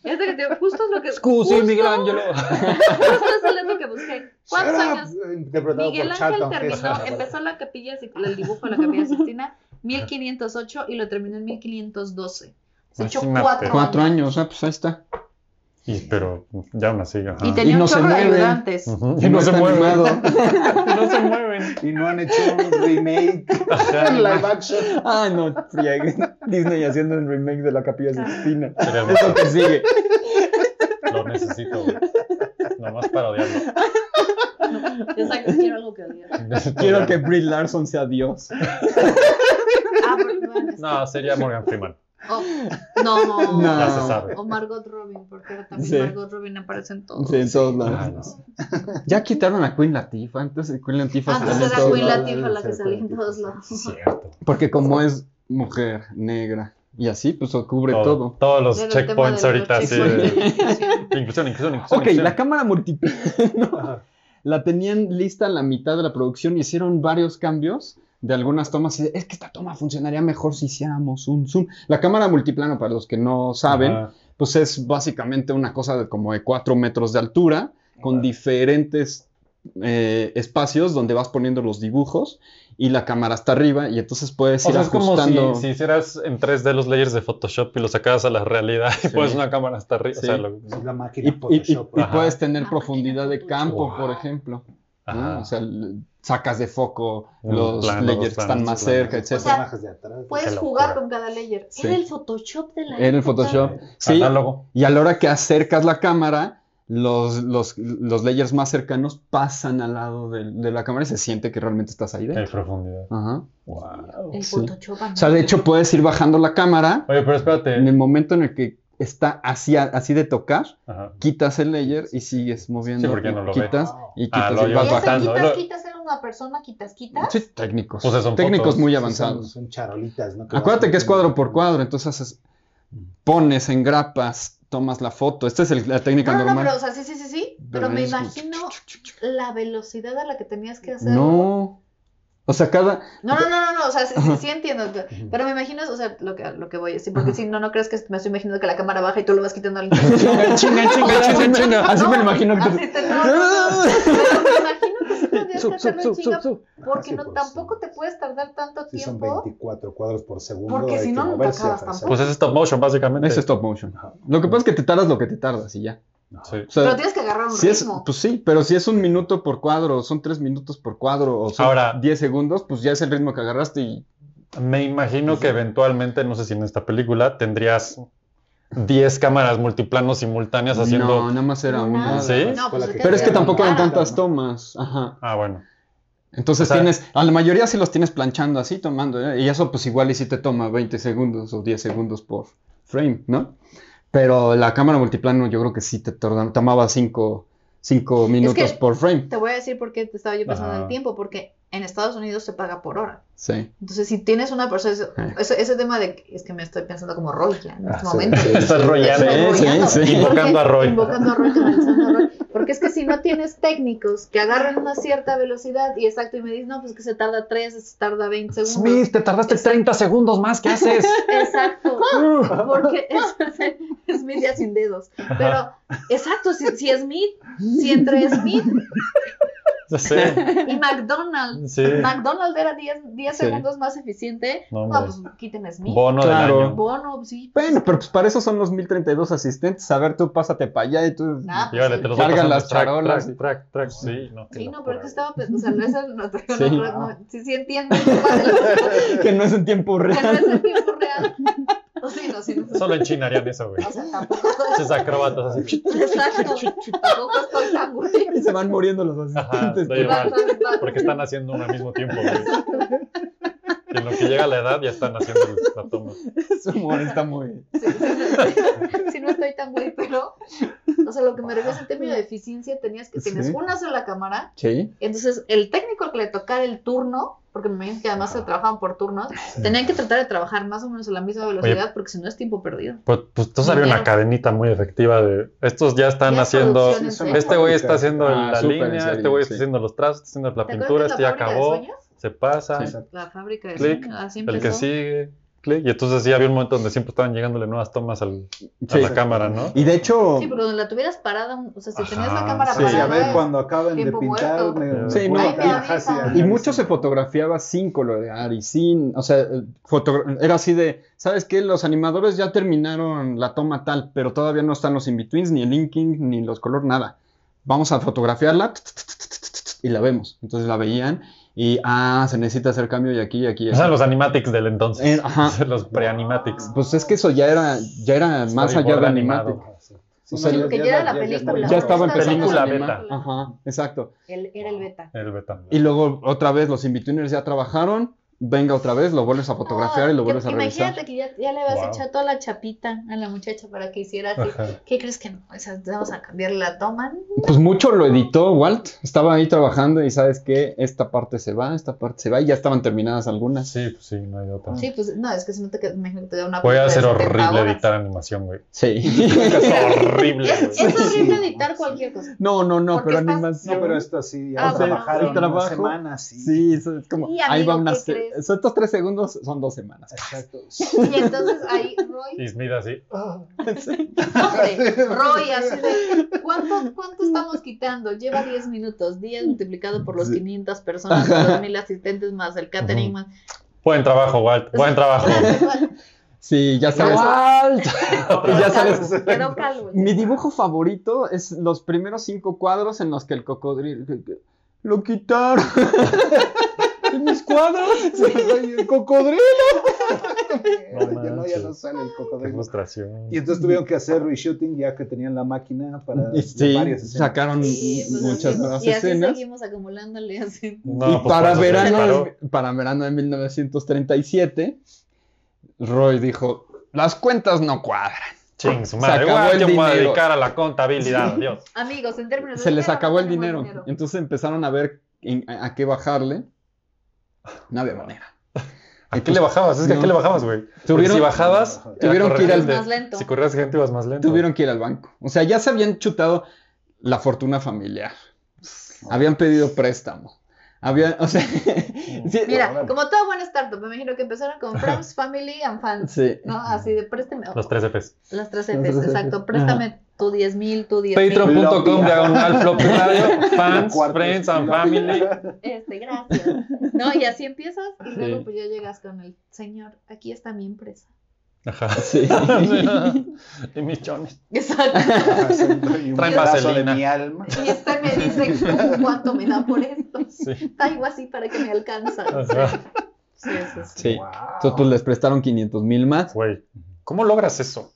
E: Es de que te- justo es lo que... [laughs]
C: Scusi,
E: justo-
C: Miguel Ángelo.
E: Justo eso es lo que busqué. ¿Cuántos
A: Shut up,
E: años?
A: Interpretado
E: Miguel
A: por
E: Ángel
A: Charlton
E: terminó,
A: Heston.
E: empezó la capilla, Sixt- el dibujo de la capilla Sixtina, 1508 y lo terminó en 1512. Se echó
C: Imagínate.
E: cuatro,
D: Cuatro años, ah, pues ahí está.
C: Y, pero ya aún así. ajá.
E: Y tenía
D: Y no
E: un
D: se
E: chorro de
D: mueve.
E: ayudantes.
C: Ujú. Y no, se
D: está
C: mueven.
D: animado.
C: [laughs] No se mueven.
A: Y no han hecho un remake
D: [laughs]
C: Ajá.
A: en live action.
D: Ay, Ah, no,
E: [laughs]
D: friegue. Disney haciendo el remake de la Capilla Sixtina.
C: Sería
D: Es
C: hermoso.
D: lo que sigue.
C: Lo necesito, güey. Nomás para odiarlo.
E: [laughs] Exacto, quiero algo que odiar.
D: [laughs] Quiero que Brie Larson sea Dios.
E: Ah, pero no, es-
C: No, sería Morgan Freeman.
E: oh, no.
D: No.
C: Ya se sabe.
E: O Margot Robin, porque ahora también
D: Sí.
E: Margot Robin aparece en todo.
D: Sí, en todos lados.
E: Ah,
C: Ay, no sé.
D: Ya quitaron a Queen Latifah, entonces Queen Latifah
E: Antes
D: sale en
E: era
D: todos
E: Ah, Queen
D: lados.
E: Latifah la que
A: Sí,
E: salía en
A: Queen
E: todos
A: Latifah.
E: lados.
C: Cierto.
D: Porque como es mujer negra y así, pues cubre todo.
C: Todos los
E: Pero el tema
C: checkpoints
E: de los
C: ahorita, sí.
E: checkpoints.
C: de-
E: Sí.
C: Inclusión, inclusión, inclusión.
D: Ok,
C: inclusión.
D: la cámara múltiple
A: Ajá.
D: la tenían lista a la mitad de la producción y hicieron varios cambios de algunas tomas. y Es que esta toma funcionaría mejor si hiciéramos un zoom. La cámara multiplano, para los que no saben,
C: Ajá.
D: pues es básicamente una cosa de como de 4 metros de altura, con diferentes eh, espacios donde vas poniendo los dibujos y la cámara está arriba y entonces puedes
C: O
D: ir
C: sea, es como
D: ajustando.
C: si, si hicieras en 3D los layers de Photoshop y los sacabas a la realidad y
D: Sí.
C: pones una cámara hasta arriba. O sea,
D: Sí.
C: lo-
A: Es la
D: Y,
A: máquina
D: y- y-
A: Photoshop.
D: y
A: Ajá.
D: puedes tener
F: La
D: profundidad de campo,
C: Wow.
D: por ejemplo. ¿no?
C: ajá.
D: Ah, O sea, l- sacas de foco
C: Un
D: los
C: plano,
D: layers
C: dos
D: que están
C: planos,
D: más
C: un plano.
D: cerca,
A: Los
D: etcétera.
A: personajes de atrás.
C: Qué
E: Puedes
C: locura.
E: jugar con cada layer.
D: Sí.
E: Era el Photoshop de la
D: En el
E: época.
D: Photoshop. Sí,
C: Análogo.
D: y a la hora que acercas la cámara, los, los, los layers más cercanos pasan al lado del- de, la cámara y se siente que realmente estás ahí
C: En
D: dentro.
C: profundidad.
D: Ajá.
C: Wow.
E: El
D: Sí.
E: Photoshop.
D: O sea, de hecho puedes ir bajando la cámara
C: Oye, pero
D: en el
C: espérate.
D: momento en el que está así, a- así de tocar,
C: Ajá.
D: quitas el layer y sigues
C: Sí,
D: moviendo.
C: porque ya no lo ve.
D: quitas y
C: Ah,
D: quitas
C: lo
D: y
C: llevas
D: vas
E: Y hacen
C: bajando,
D: bajando.
E: quitas,
C: ¿no?
E: quitas, era una persona, quitas, quitas.
D: Sí, técnicos.
C: Pues son
D: técnicos
C: fotos.
D: muy
C: Sí,
A: Sí, Son,
D: avanzados.
A: son charolitas, ¿no?
D: Acuérdate que es cuadro por cuadro, entonces es- pones en grapas, tomas la foto. Esta es el- la técnica
E: No, no, no,
D: normal.
E: pero, o sea, sí, sí, sí, sí. Pero me
D: es como-
E: imagino la velocidad a la que tenías que hacer.
D: No. O sea, cada.
E: No, no, no, no, no, o sea, sí, sí,
D: [laughs]
E: sí entiendo, pero-
A: Ujú.
E: pero me imagino, o sea, lo que, lo que voy a decir, porque
D: Ajá.
E: si no, no crees que me estoy imaginando que la cámara baja y tú lo vas quitando al
D: [laughs] Chinga, chinga, chinga, chinga, chinga. Así me lo imagino que
E: Así te- no, no, no. Pero me imagino que sí tendrías que
D: Sub, sub,
E: hacerlo en
D: sub,
E: chinga,
D: sub, sub.
E: porque
A: Ah, sí,
E: no,
A: pues,
E: tampoco te puedes tardar tanto
A: Sí, son
E: tiempo.
A: 24 cuadros por segundo.
E: Porque
A: hay
E: si
A: que
E: no, nunca
A: moverse,
E: acabas
A: hacer-
E: tampoco.
C: Pues es stop motion, básicamente.
D: Es stop motion.
A: Ajá.
D: Lo que pasa es que te tardas lo que te tardas y ya.
C: Sí.
D: O
E: Pero
D: sea,
E: tienes que agarrar un
D: si es,
E: ritmo.
D: pues sí, pero si es un minuto por cuadro, o son tres minutos por cuadro, o son
C: Ahora-
D: 10 segundos, pues ya es el ritmo que agarraste y
C: Me imagino que eventualmente, no sé si en esta película, tendrías 10 cámaras multiplanos simultáneas
D: No,
C: haciendo.
D: nada más era una.
E: Una.
C: ¿Sí?
E: No, pues,
D: Pero es que tampoco eran
E: Claro.
D: tantas tomas. Ajá.
C: Ah, bueno.
D: Entonces
C: O sea-
D: tienes, a la mayoría sí los tienes planchando así, tomando, ¿eh? y eso pues igual y si te toma 20 segundos o 10 segundos por frame, ¿no? Pero la cámara multiplano yo creo que sí te torna- tomaba 5 cinco minutos por frame.
E: Te voy a decir por qué te estaba yo pensando en
C: Ajá.
E: el tiempo, porque en Estados Unidos se paga por hora.
D: Sí.
E: Entonces, si tienes una persona, ese-
D: Ajá.
E: ese, ese tema de, es que me estoy pensando como Roy ya en
A: Eh. Ah,
E: este
C: [laughs]
A: sí,
E: momento.
A: sí.
C: Estás rollando.
E: Estás
D: Sí,
E: rollando.
D: sí, sí.
E: Porque-
C: Invocando a Roy.
E: Invocando a Roy, canalizando a Roy. Porque es que si no tienes técnicos que agarren una cierta velocidad y exacto, y me dices, no, pues que se tarda 3, se tarda 20 segundos.
C: te tardaste 30 segundos más. ¿Qué haces?
E: Exacto.
A: [laughs] Ah.
E: Porque es, [laughs] Smith ya sin dedos. Pero, exacto, si, si Smith, si entre Smith
C: Ya sé.
E: y McDonald's,
C: [laughs] Sí.
E: McDonald's era 10, 10
D: Sí.
E: segundos más eficiente,
C: No,
E: no,
C: hombre.
E: pues quiten a Smith.
C: Bono
D: Claro.
C: del año.
E: Bono, sí.
D: Bueno, pero pues para eso son los 1032 asistentes. A ver, tú pásate para allá y tú...
E: Nah, pues,
C: Llévale,
E: sí.
C: te los
D: Cargan
C: voy pasando.
D: las
C: Track,
D: charolas.
C: Track, track, track. Sí, no. eh.
E: Sí, no,
C: locura.
E: pero es que estaba pensando, o sea, no es el- no, no,
D: Sí.
E: no, no, sí, sí entiendo [laughs] el tema de los-
D: [laughs] que no es en tiempo
E: que no
D: real.
E: es el tiempo real. O sí, no, sí, no.
C: Solo en China harían eso, güey.
E: [laughs] O sea,
C: [laughs]
E: tampoco,
C: Esos acróbatas así.
E: exacto, tampoco estoy tan güey.
D: Y se van muriendo los
C: Ajá,
D: asistentes.
C: estoy
D: [laughs]
E: Va,
C: mal.
E: va, va.
C: Porque están haciendo uno al mismo
E: [laughs]
C: tiempo, güey. Y en lo que llega la edad ya están haciendo la toma.
D: Su humor está muy...
E: Sí, sí, no- sí, no estoy tan güey, pero, o sea, lo que me refiero es en términos de eficiencia, tenías que tienes
D: Sí.
E: una sola cámara,
D: Sí.
E: entonces el técnico al que le tocara el turno, porque me imagino que además se trabajaban por turnos, tenían que tratar de trabajar más o menos a la misma velocidad, porque si no es tiempo perdido.
C: Pues, pues tú salió una
E: Dinero.
C: cadenita muy efectiva de estos ya están
E: Ya es
C: haciendo.
E: producción en serie.
C: Este güey está haciendo
D: Ah,
C: la
D: súper en
C: línea,
D: serie,
C: este güey está
D: sí.
C: haciendo los trazos, está haciendo la
E: ¿Te
C: pintura,
E: acuerdas de
C: este ya
E: la fábrica de
C: acabó,
E: sueños?
C: se pasa,
D: Sí.
E: La fábrica de
C: Clic,
E: sueños, así
C: el
E: empezó.
C: que sigue, clic. Y entonces sí había un momento donde siempre estaban llegándole nuevas tomas al- a
D: Sí.
C: la cámara, ¿no?
D: Y de hecho...
E: Sí, pero donde la tuvieras parada, o sea, si tenías la
C: Ajá,
E: cámara
A: Sí,
E: parada.
A: a ver, cuando acaben de
E: tiempo
A: pintar,
E: muerto.
A: me,
D: Sí,
A: vuelvo
D: no,
A: a
D: y-
A: trabajar, sí,
E: y
D: Y
A: analizando.
D: mucho se fotografiaba sin colorear y sin, o sea, foto- era así de, ¿sabes qué? Los animadores ya terminaron la toma tal, pero todavía no están los in-betweens, ni el inking, ni los color, nada. Vamos a fotografiarla tst, tst, tst, tst, tst, y la vemos. Entonces la veían y, ah, se necesita hacer cambio y aquí y aquí. y
C: O sea,
D: aquí.
C: los animatics del entonces.
D: Eh, ajá.
C: [laughs] Los pre-animatics.
D: Pues es que eso ya era, ya era más allá
C: Storyboard
D: de
C: animado.
D: animatic.
A: Sí,
D: O
A: no,
D: sea,
E: Lo que ya era la
A: ya está
E: película.
D: Ya
A: bien.
D: estaba
E: Esta es la
D: empezando a
C: película
D: animar.
E: beta.
D: Ajá, exacto.
E: El- era el beta.
C: El beta.
D: Y luego otra vez los in-betweeners ya trabajaron, venga otra vez, lo vuelves a fotografiar y lo
E: Ah,
D: vuelves
E: que-
D: a revisar.
E: Imagínate que ya, ya le habías
C: Wow.
E: echado toda la chapita a la muchacha para que hiciera así.
C: Ajá.
E: ¿Qué crees que no? O sea, vamos a cambiar la toma.
D: Pues mucho lo editó Walt, estaba ahí trabajando y sabes que esta parte se va, esta parte se va y ya estaban terminadas algunas.
C: [laughs] Sí, pues sí, no hay otra.
E: Sí, pues no, es que si no te quedas, imagino que te da una.
C: Voy a
E: película de
C: ser
E: 70
C: horrible
E: horas.
C: editar
E: [laughs]
C: animación, güey.
D: Sí. [laughs]
C: Es horrible.
E: Es,
C: güey.
E: es horrible
A: Sí.
E: editar cualquier cosa.
D: No, no, no,
E: Porque
D: pero
E: estás-
D: animación.
A: No, pero esto sí,
E: Ah,
A: ya
E: bueno.
A: trabajaron
D: El trabajo.
A: una semana, sí.
D: Sí, eso es como,
E: Y,
D: ahí
E: amigo,
D: va una...
E: ¿qué
D: se-
E: crees?
D: Estos tres segundos son dos semanas.
A: Exacto.
E: Y entonces ahí Roy Roy.
C: Y Smith así.
A: Ah.
D: [laughs]
E: Hombre, Roy, así de. ¿Cuánto, cuánto estamos quitando? Lleva 10 minutos. 10 multiplicado por los
D: Sí.
E: 500 personas, los 1000 asistentes más, el catering más.
C: Buen trabajo, Walt.
E: [laughs]
C: Buen trabajo.
D: Sí, ya sabes.
G: ¡Walt!
D: Y [laughs] ya
A: [laughs]
D: sabes.
E: Calvo, Quedó calvo.
G: Mi dibujo favorito es los primeros cinco cuadros en los que el cocodrilo. Lo
E: [laughs]
G: quitaron. ¿En mis cuadros?
A: el cocodrilo.
C: No
A: ya no, ya no
C: manches.
A: sale el
C: Qué
A: cocodrilo.
C: frustración.
A: Y entonces tuvieron que hacer reshooting ya que tenían la máquina para
D: Y Sí,
A: varias escenas.
D: sacaron
E: Ah, Sí, pues,
D: muchas
E: así-
D: nuevas
E: y así
D: escenas.
E: seguimos acumulándole así.
C: No,
D: y [laughs]
C: pues,
D: para
C: cuando se
D: verano,
C: separó,
D: de, para verano de 1937, Roy dijo, las cuentas no cuadran.
C: Ching, su
D: Se
C: madre.
D: acabó
C: Uy,
D: el
C: yo me voy a
D: dinero.
C: dedicar a la contabilidad. Dios.
E: Amigos, en términos de
D: Se les
E: dinero,
D: acabó el
E: no
D: dinero.
E: tenemos
D: Entonces empezaron a ver en- a, a qué bajarle. No
C: [laughs]
D: había manera.
C: ¿A qué le bajabas? Es que ¿a qué le bajabas, güey? Porque
D: pues, Tuvieron-
C: si bajabas, era
D: tuvieron que ir al-
C: corriente.
E: Más lento.
C: Si corrías gente, ibas más lento.
D: Tuvieron que ir al banco. O sea, ya se habían chutado la fortuna familiar. Habían pedido préstamo. Habían, o
A: [laughs]
D: sea, sí,
E: Mira, como toda buena startup, me imagino que empezaron con Friends, Family and Fans.
D: sí.
E: ¿No? Así de préstame.
C: Los tres Fs.
E: Las tres
D: Los
E: Fs,
D: tres
E: exacto.
D: Fs.
E: Préstame tu 10 mil, tu 10 mil.
C: Patreon.com
A: Floppy.
E: [laughs]
C: diagonal floppy radio, fans,
A: Cuartos.
C: friends and family.
E: Este, gracias. No, y así empiezas. Y
C: Sí.
E: luego pues ya llegas con el señor, aquí está mi empresa.
C: Ajá.
D: [laughs] Sí.
C: y mis chones.
E: Exacto.
A: Y un
C: Traen
A: pedazo
C: vaselina.
A: de mi alma.
E: Y este me dice cuánto me da por esto.
C: Sí. Ah.
E: Algo así para que me alcanza.
C: Ajá.
E: Sí, eso es.
D: Sí.
A: Wow.
D: Entonces, pues les prestaron 500 mil más.
C: Güey, ¿cómo logras eso?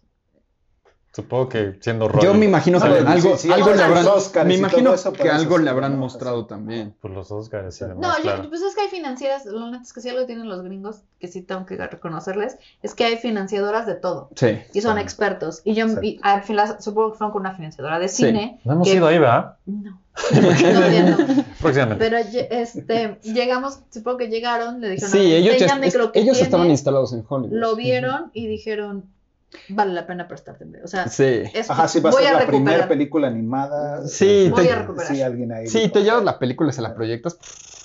C: Supongo que siendo Roy.
D: Yo me imagino que
A: No, sí,
D: algo,
A: sí,
D: algo
A: ahora
D: le habrán.
A: los Óscares
D: me
A: y todo
D: imagino
A: eso,
D: que
A: pero
D: algo
A: eso
D: le
A: sí,
D: habrán
A: no,
D: mostrado
A: eso-
D: también.
C: Pues los Oscars y demás,
E: No, yo-
C: claro.
E: pues es que hay financieras, lo neta es que si algo tienen los gringos, que sí tengo que reconocerles, es que hay financiadoras de todo.
D: Sí.
E: Y son
A: Exacto.
E: expertos. Y yo y al final supongo que fueron con una financiadora de
D: Sí.
E: cine.
C: No hemos
E: que-
C: ido ahí, ¿verdad? [laughs]
E: No. Todavía no.
C: Próximamente.
E: Pero ye- este, llegamos, supongo que llegaron, le dijeron,
D: Sí, ellos, ya-
E: "Enséñame
D: es-
E: lo que
D: ellos estaban
E: tienes".
D: instalados en Hollywood.
E: Lo vieron y dijeron, vale la pena prestarte. O sea,
D: Sí.
E: es,
A: Ajá, sí, va a
E: voy
A: ser
E: a
A: la primera
E: recuperar.
A: película animada.
D: Sí,
E: Voy
D: te-
E: a recuperar.
A: Sí, alguien ahí.
D: Sí,
A: dijo.
D: te llevas la película, se la proyectas,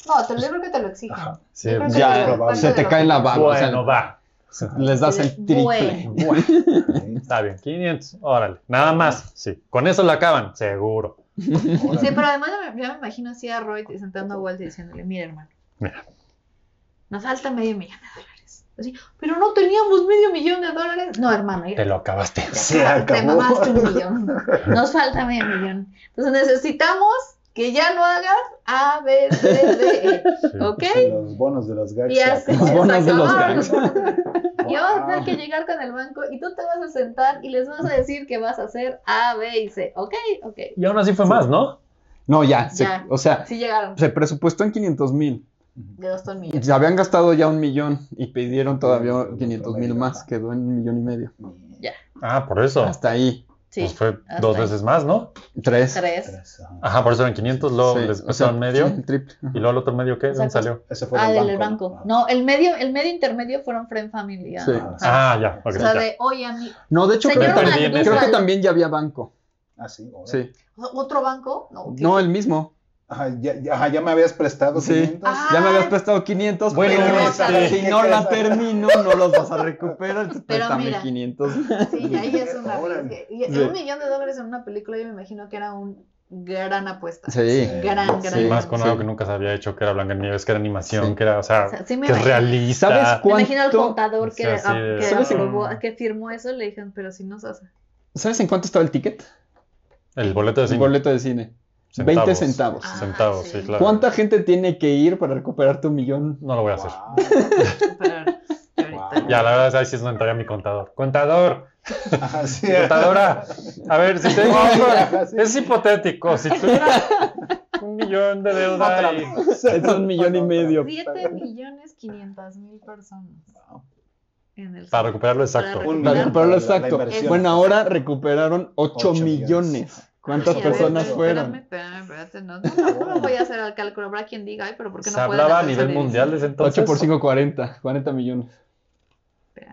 E: No, te lo, yo creo que te lo exigen.
A: Ajá.
C: Sí,
E: Yo creo que
A: ya,
E: es
A: probable.
E: parte
D: se
E: de
D: te
E: lo
D: cae
E: que-
D: la baba, o sea,
C: bueno, va.
D: les das el triple.
E: Bueno.
A: Bueno.
D: [laughs]
E: [laughs]
C: Está bien, 500. Órale, nada más. Sí, con eso la acaban, seguro.
E: Sí, pero además ya me, ya me imagino así a Roy sentando a Walt y diciéndole, mira hermano,
C: Mira.
E: nos falta medio millón de dólares. Así, pero no teníamos medio millón de dólares. No, hermano, mira,
C: Te lo acabaste.
E: [laughs]
A: Se
E: te
A: acabó. [laughs]
E: mamaste un millón. Nos falta medio millón. Entonces necesitamos que ya no hagas A, B, C, D,
C: Sí.
E: E. [laughs] ¿Ok?
A: Los bonos de los gags.
E: Y así
D: Los
E: se
D: bonos de los
E: acabaron.
D: gangs.
E: [laughs] Y vamos a tener que llegar con el banco y tú te vas a sentar y les vas a decir que vas a hacer A, B y C. ¿Ok? Ok.
C: Y aún así fue más, ¿no?
D: No, ya, se-
E: Ya.
D: o sea,
E: Sí llegaron.
D: se presupuestó en 500 mil.
E: De dos ton millones.
D: Se habían gastado ya un millón y pidieron todavía 500 mil más, quedó en un millón y medio.
C: Ah, por eso.
D: Hasta ahí,
E: Sí.
C: pues fue
E: hasta
C: dos
E: ahí.
C: veces más, ¿no?
D: tres.
E: Tres.
D: Ah,
C: Ajá, por eso eran 500, luego
D: Sí,
C: les
D: o sea,
C: pasaron medio.
D: sí, el triple.
C: Y luego el otro medio, ¿qué? ¿Dónde
E: Exacto.
C: salió?
A: Ese fue
E: Ah,
A: del
E: del
A: banco.
E: del banco. No, el medio, el medio intermedio fueron friend family.
D: Sí.
E: ajá.
C: Ah, ya.
E: o
C: ok,
E: sea,
C: ya.
E: de oye a mí.
D: No, de hecho, creo,
E: Señor
C: que
D: que-
C: perdí en
E: Mandíbal,
D: creo que también ya había banco.
A: Ah, sí. ahora.
D: Sí.
E: ¿Otro banco? No. ¿qué?
D: No, el mismo.
A: Ajá, ya, ya- ajá, ya me habías prestado
D: Sí.
A: 500.
E: Ah,
D: Ya me habías prestado 500,
C: Bueno,
D: pero este,
E: no, claro.
D: si no la termino, no los vas a recuperar. entonces
E: Pero
D: préstame
E: mira.
D: 500.
E: Sí, y ahí es una.
A: Órale.
E: y- y
D: Sí.
E: Un millón de dólares en una película, yo me imagino que era un gran apuesta.
D: Sí.
E: Gran, gran.
D: Sí,
C: Y
E: gran.
C: más con
D: sí.
C: algo que nunca se había hecho, que era Blanca Nieves, que era animación,
D: Sí.
C: que era, o sea,
E: O sea, sí me
C: que es
E: imagino.
D: ¿Y
C: realista.
D: sabes
E: Me imagino al
D: cuánto?
E: contador que,
C: O sea, sí, de-
E: que,
D: ¿Sabes?
E: aprobó- que firmó eso, le dijeron, pero si no se hace.
D: ¿Sabes en cuánto estaba el ticket?
C: El boleto de
D: El
C: cine.
D: boleto de cine. 20 centavos.
E: Ah,
C: Centavos, sí,
E: sí.
C: claro.
D: ¿Cuánta gente tiene que ir para recuperar tu millón?
C: No lo voy a hacer.
A: Wow.
E: Pero, ahorita.
C: Ya, la verdad, es que ahí sí es donde entraría mi contador. ¡Contador!
A: Ajá, sí.
C: ¡Contadora! A ver, si te
A: Ajá, [laughs] sí.
C: Es hipotético. Si tuviera un millón de deuda y...
D: [laughs]
A: [laughs]
D: Es un millón y medio.
E: 7 millones 500 mil personas. En el
C: Para recuperarlo exacto.
E: Para
A: Un
D: Para
A: millón
D: recuperarlo
A: para la- la
D: exacto.
A: inversión.
D: Bueno, ahora recuperaron 8
A: Ocho
D: millones.
A: millones. Ah,
D: ¿Cuántas
E: Sí, a ver,
D: personas
E: pero
D: fueron?
E: Espérame, espérame, espérate, no, no, no, no voy a hacer el cálculo. Habrá quien diga, ay, pero ¿por qué no
C: Se
E: pueden
C: hablaba a
E: hacer
C: nivel
E: el-
C: mundial desde entonces.
D: 8 por 5, 40. 40 millones.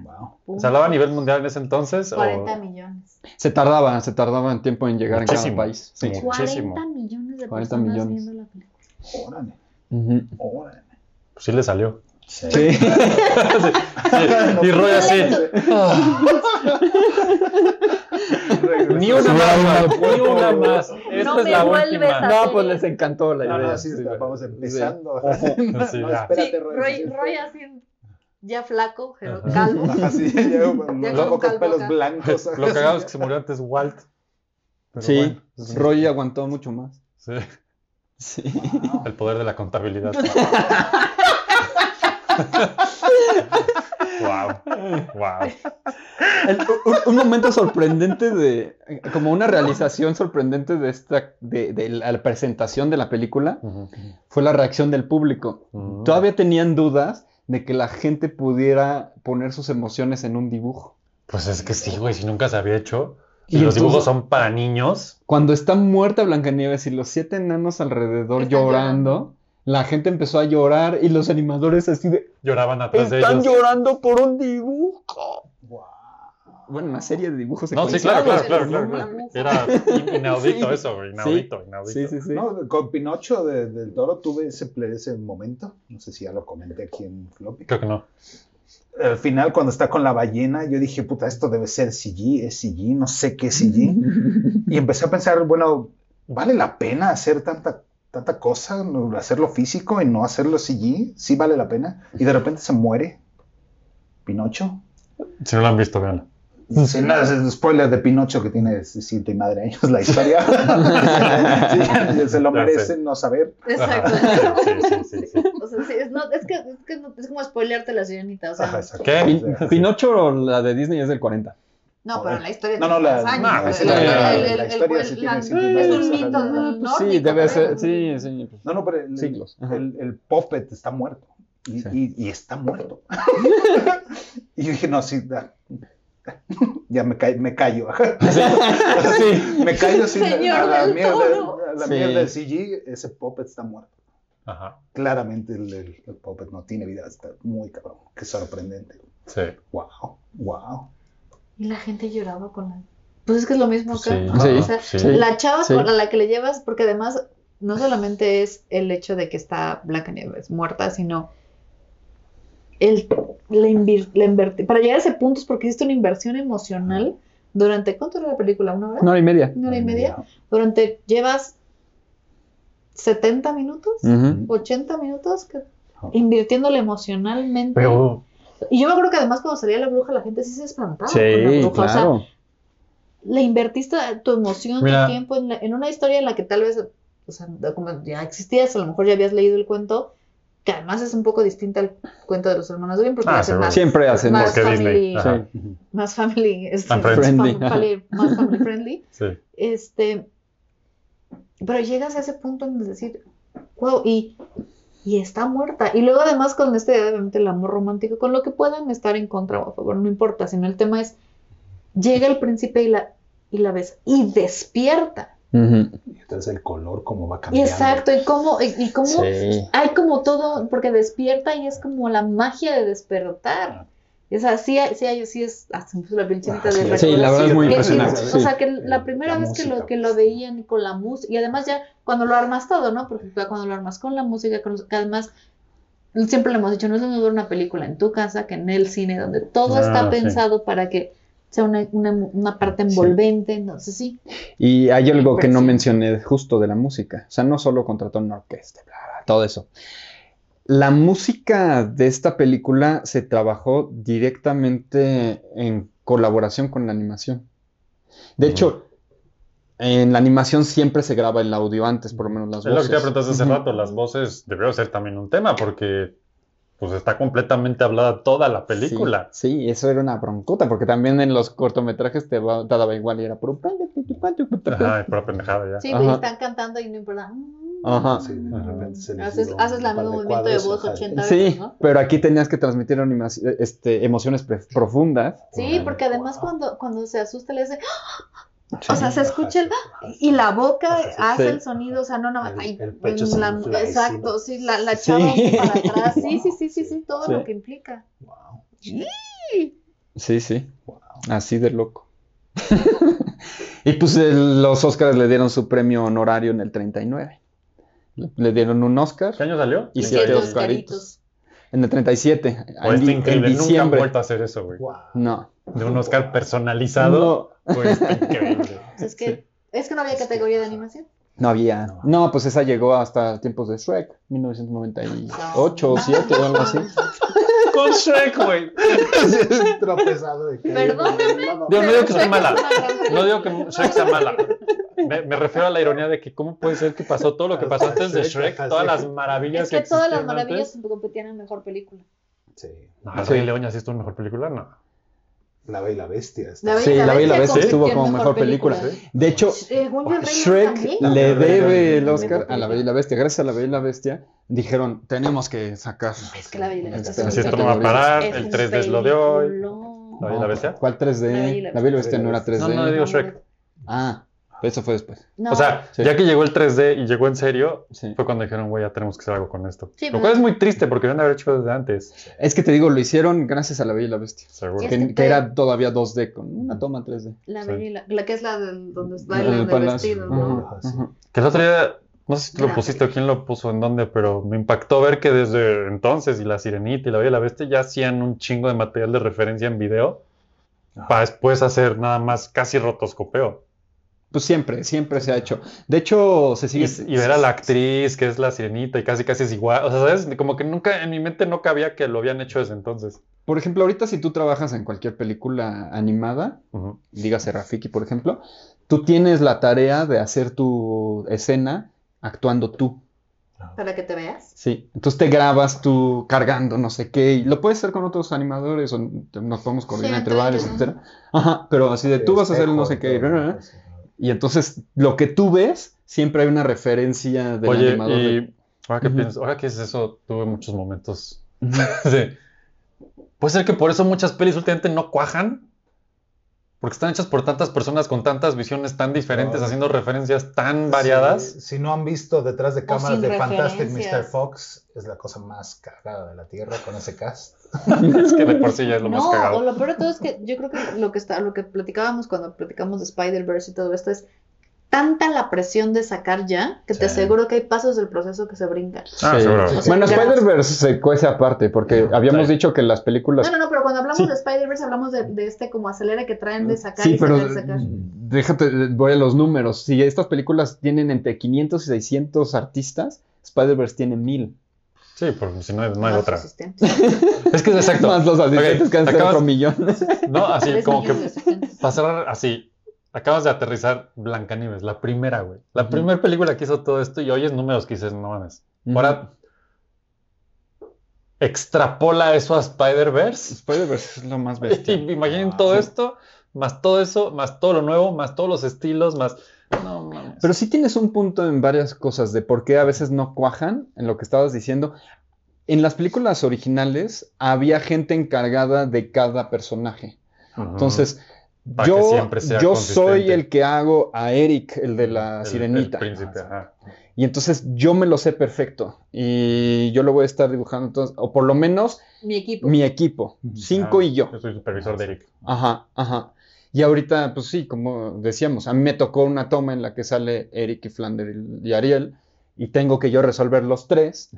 A: Wow.
E: Pum,
C: ¿Se hablaba a nivel mundial en ese entonces?
E: 40
C: o...
E: millones.
D: Se tardaba, se tardaba en tiempo en llegar en
C: Muchísimo.
D: cada país. Sí.
C: Mucho.
E: 40 millones de
D: 40
E: personas
D: millones.
E: viendo la película.
D: [laughs]
A: Órale,
D: Ujú.
A: órale.
E: [laughs]
C: Pues sí le salió.
A: Sí.
D: Sí.
A: [laughs]
C: Y Roy así.
D: Ah.
C: Ni una más, ni una más. Esta
E: No
C: es
E: me
C: la
E: vuelves
C: última.
E: a-
H: No, pues les encantó la
A: No,
H: idea.
A: no, sí, está- vamos empezando.
C: Sí,
A: No,
C: ya.
A: espérate,
E: Sí,
A: Roy.
E: Roy, Roy así, ya flaco, pero
C: Ajá.
E: calvo.
A: [laughs] Ajá, sí, ya, con
E: Ya
A: los
E: con
A: pocos
E: calvo
A: pelos
E: acá.
A: blancos.
C: Lo
A: [laughs]
C: cagado es que se murió antes Walt. Pero
D: Sí,
C: bueno, es un-
D: Roy aguantó mucho más.
C: sí,
D: Sí. [laughs]
C: el poder de la contabilidad. wow. Wow.
D: El- un, un momento sorprendente de, como una realización sorprendente de esta, de, de la presentación de la película, fue la reacción del público.
C: Mm.
D: Todavía tenían dudas de que la gente pudiera poner sus emociones en un dibujo.
C: Pues es que sí, güey, si nunca se había hecho.
D: Y
C: Y los
D: entonces-
C: dibujos son para niños.
D: Cuando está muerta Blancanieves y los siete enanos alrededor
E: Están
D: llorando, la gente empezó a llorar y los animadores así de,
C: Lloraban atrás de
D: están
C: ellos.
D: llorando por un dibujo. Bueno, una serie de dibujos
C: No, [laughs] sí, claro,
D: secuenciales,
C: claro,
D: pero
C: claro,
D: no
C: claro.
D: mames.
C: Era in- inaudito
D: Sí.
C: eso, güey, inaudito, inaudito.
D: Sí, sí, sí.
A: No, con Pinocho de- del Toro tuve ese, ple- ese momento. No sé si ya lo comenté aquí en Floppy.
C: Creo que no.
A: Al final, cuando está con la ballena, yo dije, puta, esto debe ser CG, es CG, no sé qué es CG. Y empecé a pensar, bueno, ¿vale la pena hacer tanta, tanta cosa? no- ¿Hacerlo físico y no hacerlo CG? Sí vale la pena. Y de repente se muere Pinocho.
C: Si no lo han visto, véanlo.
A: Sí, no, es el spoiler de Pinocho que tiene siete y madre años la historia. [laughs] Sí, ya se lo
C: Ya sé.
A: merecen no saber.
E: Exacto. [laughs]
C: Sí, sí, sí, sí.
E: O sea, sí, es, no, es que, es, que no- es como spoilearte la sirenita, o sea.
A: Ajá, exacto.
C: ¿Qué?
A: O sea,
D: Pin- Pinocho, la de Disney, es del 40.
E: No, pero la historia.
A: No, no, la,
E: tiene
C: no,
E: más años.
C: sí,
E: El-
C: la-
E: el-
C: la-
E: el-
A: la
E: el-
A: historia
E: el-
A: sí
E: la-
A: tiene cincuenta
E: Es un
A: años,
E: mito.
A: o sea,
E: ¿no?
D: Pues sí,
E: Nórdico,
D: debe
E: creo.
D: ser. Sí, sí. [laughs]
A: No, no, pero el,
D: Siglos. Ajá.
A: el, el puppet está muerto. Y,
D: Sí.
A: y- y está muerto. [laughs] y yo dije, no, sí, da- ya me, ca- me callo. [laughs]
D: Sí.
A: me callo sin
E: Señor
A: a la,
E: del
A: mierda,
E: Toro.
A: a la
D: Sí.
A: mierda del CG, ese puppet está muerto.
C: Ajá.
A: Claramente el, el- el puppet no tiene vida, está muy cabrón. Qué sorprendente.
C: Sí.
A: Wow, wow.
E: Y la gente lloraba con la. Pues es que es lo mismo acá. [laughs]
C: Sí.
D: Sí.
E: O sea,
C: Sí.
E: la chava
D: Sí.
E: con- a la que le llevas, porque además no solamente es el hecho de que está Blancanieves muerta, sino el, la invir- la inverti- para llegar a ese punto es porque hiciste una inversión emocional durante, ¿cuánto era la película? ¿Una hora?
D: Una hora y media.
E: ¿Una hora y media? Durante, llevas 70 minutos,
D: Mm.
E: 80 minutos que- invirtiéndole emocionalmente.
C: Pero
E: Y yo me acuerdo que además cuando salía la bruja la gente sí se espantaba.
D: Sí,
E: con la bruja, pues, o sea,
D: claro.
E: le invertiste tu emoción,
C: Mira.
E: tu tiempo en, la- en una historia en la que tal vez, o sea, da- como ya existías, a lo mejor ya habías leído el cuento, que además es un poco distinta al cuento de los hermanos Grimm, porque
C: Ah,
E: lo hacen
C: seguro.
E: más,
D: Siempre hacen
E: más
C: porque Disney.
E: family,
C: Ajá.
E: más family, este,
C: And friends.
E: fam-
D: Friendly.
C: [laughs]
E: family- más family friendly,
C: sí.
E: este, pero llegas a ese punto en decir, wow, y, y está muerta, y luego además con este, obviamente, el amor romántico, con lo que puedan estar en contra o a favor, no importa, sino el tema es, llega el príncipe y la, y la ves, y despierta,
D: Ujú.
A: Y entonces el color, cómo va
E: Y
A: cambiando.
E: Exacto, y cómo, y, y cómo
D: Sí.
E: hay como todo, porque despierta y es como la magia de despertar. O sea, sí, hay- sí, hay- sí es ah, hasta incluso la pinchinita de
D: Sí, la verdad es muy
E: Que- que-
D: impresionante.
E: O
D: sí.
E: sea, que la primera
A: La
E: vez que lo,
A: música.
E: que lo veían con la música, y además ya cuando lo armas todo, ¿no? Porque ya cuando lo armas con la música, con los- que además siempre le hemos dicho, no es lo mismo ver una película en tu casa que en el cine, donde todo
C: Ah,
E: está
C: sí.
E: pensado para que sea una, una, una parte envolvente, entonces sí.
D: Y hay algo que no
E: Impresionante.
D: mencioné justo de la música. O sea, no solo contrató una orquesta, bla, bla, todo eso. La música de esta película se trabajó directamente en colaboración con la animación. De hecho, en la animación siempre se graba el audio antes, por lo menos
C: Es
D: las
C: lo que te
D: voces.
C: preguntaste hace
D: Ujú.
C: rato. Las voces debió ser también un tema porque pues está completamente hablada toda la película.
D: Sí, sí, eso era una broncota, porque también en los cortometrajes te, va- te daba igual y era puro.
C: Ajá, Mm. pura pendejada ya.
E: Sí, pues,
D: Ajá.
E: están cantando y no importa.
D: Ajá.
A: Sí, de repente se les
E: Haces,
A: dio
E: haces la
A: un par
E: mismo
A: de
E: movimiento de
A: cuadros,
E: voz
A: ajá.
E: 80 veces,
D: Sí,
E: ¿no?
D: pero aquí tenías que transmitir animación- este, emociones pre- profundas.
E: Sí, porque además cuando, cuando se asusta le hace, o sea, se escucha el y
A: [laughs]
E: la boca
A: Ajá, sí,
E: hace
D: sí.
E: el sonido, o sea, no nada más,
A: El-
E: ay,
A: el pecho
E: mm,
A: se
E: la-
A: infla, sí,
E: exacto,
A: ¿no?
E: sí, la, la
D: Sí.
E: chava
C: [laughs]
E: para atrás, sí, sí, sí, sí, sí, todo
D: Sí.
E: lo que implica.
A: Wow.
D: Sí, sí. Así de loco. [laughs] y pues el- los Oscars le dieron su premio honorario en el 39. Le dieron un Oscar
C: ¿Qué año salió?
D: y
E: Siete
D: siete
E: Oscaritos.
D: Oscaritos. En el
C: Güey,
D: 37. en
C: está
D: di-
C: Pues, este increíble.
D: En
C: Nunca han
D: diciembre.
C: vuelto a hacer eso, güey.
D: No.
C: De un Oscar personalizado.
D: No,
C: Güey, está increíble.
E: O sea, es, que, es que no había categoría de animación.
D: no había. No, pues esa llegó hasta tiempos de Shrek. 1998 o 7 o algo [laughs] así.
C: Con Shrek, güey.
A: tropezado de que.
E: Perdóname.
A: [laughs]
C: Dios, no digo que
E: Pero
C: sea mala.
E: Shrek es una gran
C: No digo que Shrek sea mala. Me, me refiero a la ironía de que cómo puede ser que pasó todo lo que pasó antes de Shrek, todas las maravillas
E: Es que todas las
C: existieron
E: maravillas competían en mejor película.
A: Sí.
C: antes. No, El Rey León ya sí estuvo en mejor película, no.
A: La Bella y la Bestia. está-
E: La Bella
D: Sí,
E: y
D: La Bella y
E: Bestia
D: la Bestia estuvo
E: compitió en
D: como mejor película. ¿eh? De hecho,
E: Según yo, el Rey León
D: Shrek
E: eh, también.
D: le
A: La Bella y la
D: debe el
A: Bestia.
D: Oscar a La Bella y la Bestia. Gracias a La Bella y la Bestia dijeron, tenemos que sacar.
E: Es que la Bella y la Bestia
D: Este,
E: es
C: Así
E: una
C: esto no va a parar,
E: Es
C: el
E: un
C: 3D es lo de hoy.
E: peliculón.
C: La Bella y la Bestia.
D: ¿Cuál 3D?
E: La
D: La
E: Bella y
D: Bella
E: la
D: y la Bestia no era 3D.
C: No, no, digo Shrek.
D: Ah, pero eso fue después.
E: No,
C: O sea,
D: Sí.
C: ya que llegó el 3D y llegó en serio,
D: Sí.
C: fue cuando dijeron, güey, ya tenemos que hacer algo con esto.
E: Sí,
C: lo
E: pues.
C: cual es muy triste porque deben haber hecho desde antes.
D: Es que te digo, lo hicieron gracias a La Bella y la Bestia.
C: Seguro.
E: Es
D: Que,
E: que
D: que
E: te-
D: era todavía 2D con una toma 3D.
E: la,
C: sí.
E: Bella y la, la que es la del, donde está
D: El
E: el, del
D: palacio.
E: vestido,
A: Mm.
E: ¿no?
D: Ajá,
A: Ajá, sí.
D: ajá.
C: Que el otro día, no sé si tú lo
E: Gracias.
C: pusiste o quién lo puso en dónde, pero me impactó ver que desde entonces y La Sirenita y La Bella y la Bestia ya hacían un chingo de material de referencia en video
D: Ah.
C: para después hacer nada más casi rotoscopeo.
D: Pues siempre, siempre se ha hecho. De hecho, se
C: Y,
D: sigue.
C: y ver a la actriz que es La Sirenita y casi casi es igual. O sea, ¿sabes? Como que nunca, en mi mente no cabía que lo habían hecho desde entonces.
D: Por ejemplo, ahorita si tú trabajas en cualquier película animada,
C: Ujú.
D: dígase Rafiki, por ejemplo, tú tienes la tarea de hacer tu escena actuando tú.
E: Para que te veas.
D: Sí. Entonces te grabas tú cargando no sé qué. Y lo puedes hacer con otros animadores o te- nos podemos coordinar entre
E: entre
D: varios,
E: ellos,
D: etcétera. Ajá, pero así de tú vas a hacer el no sé qué. y
A: Espejo,
D: ra, ra, ra. Y entonces lo que tú ves, siempre hay una referencia del
C: Oye,
D: animador.
C: y
D: de-
C: ahora que
D: Ujú.
C: pienso, ahora que es eso, tuve muchos momentos. [laughs] de- Puede ser que por eso muchas pelis últimamente no cuajan. Porque están hechas por tantas personas con tantas visiones tan diferentes,
A: Claro.
C: haciendo referencias tan variadas. [laughs]
A: Si, si no han visto detrás de cámaras
E: sin
A: de Fantastic Mr.
E: referencias.
A: Fox, es la cosa más cagada de la Tierra con ese cast.
C: Es que de por sí ya es lo más
E: No, o
C: cagado.
E: lo peor de todo es que yo creo que lo que está, lo que platicábamos cuando platicamos de Spider-Verse y todo esto es tanta la presión de sacar ya que te
A: Sí.
E: aseguro que hay pasos del proceso que se brincan.
C: Ah,
D: Sí.
C: seguro.
E: O sea,
D: Bueno,
E: ya-
D: Spider-Verse se cuece aparte, porque habíamos
C: Sí.
D: dicho que las películas.
E: No, no, no, pero cuando hablamos
D: Sí.
E: de Spider-Verse hablamos de, de este como acelera que traen de sacar
D: Sí,
E: y
D: pero
E: sacar y sacar.
D: déjate, voy a los números. Si estas películas tienen entre 500 y 600 artistas, Spider-Verse tiene 1000.
C: Sí, porque si no, hay- no hay
E: Más
C: otra.
E: asistentes.
C: Es que es exacto.
D: [laughs] Más los asistentes
C: Ok,
D: que han de ser
C: acabas-
D: otro millón.
C: No, así
E: Tres
C: como que
E: millones de asistentes.
C: pasar así. Acabas de aterrizar Blancanieves, la primera, güey. La
D: Ujú.
C: primera película que hizo todo esto y oyes números que dices, no mames. Ahora, extrapola eso a Spider-Verse.
D: Spider-Verse es lo más
C: Y [laughs] Imaginen todo esto, más todo eso, más todo lo nuevo, más todos los estilos, más. No mames.
D: Pero sí tienes un punto en varias cosas de por qué a veces no cuajan en lo que estabas diciendo. En las películas originales había gente encargada de cada personaje.
C: Ujú.
D: Entonces,
C: Ah. Para que
D: yo,
C: siempre sea
D: yo
C: consistente.
D: soy el que hago a Eric, el de la
C: El-
D: sirenita.
C: El príncipe, ajá.
D: Y entonces yo me lo sé perfecto. Y yo lo voy a estar dibujando entonces, o por lo menos
E: Mi equipo.
D: mi equipo, cinco
C: Ah,
D: y yo.
C: Yo soy supervisor de Eric.
D: Ajá, ajá. Y ahorita, pues sí, como decíamos, a mí me tocó una toma en la que sale Eric y Flander y- y Ariel, y tengo que yo resolver los tres,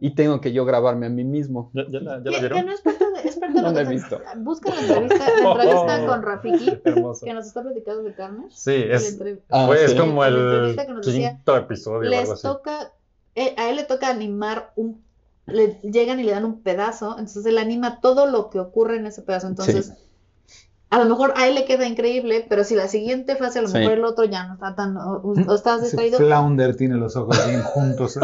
D: y tengo que yo grabarme a mí mismo.
C: ¿Ya, ya la, ya la
E: Ya,
C: vieron?
E: ya no es parte de, es
C: [laughs]
E: parte de
D: No
E: lo
D: la he
E: que-
D: visto.
E: Busca la entrevista, la entrevista
C: Oh.
E: con Rafiki,
C: [laughs] Hermoso.
E: que nos está platicando de carnes.
C: Sí, es,
D: Ah,
C: fue- es
D: sí.
C: como
E: La
C: el
E: entrevista que nos decía,
C: quinto episodio o
E: les
C: algo así.
E: toca, eh, a él le toca animar un, le llegan y le dan un pedazo, entonces él anima todo lo que ocurre en ese pedazo, entonces a lo mejor a él le queda increíble, pero si la siguiente fase a lo
D: Sí.
E: mejor el otro ya no está tan, o, o- o estás
A: Ese
E: distraído.
A: Flounder tiene los ojos bien juntos.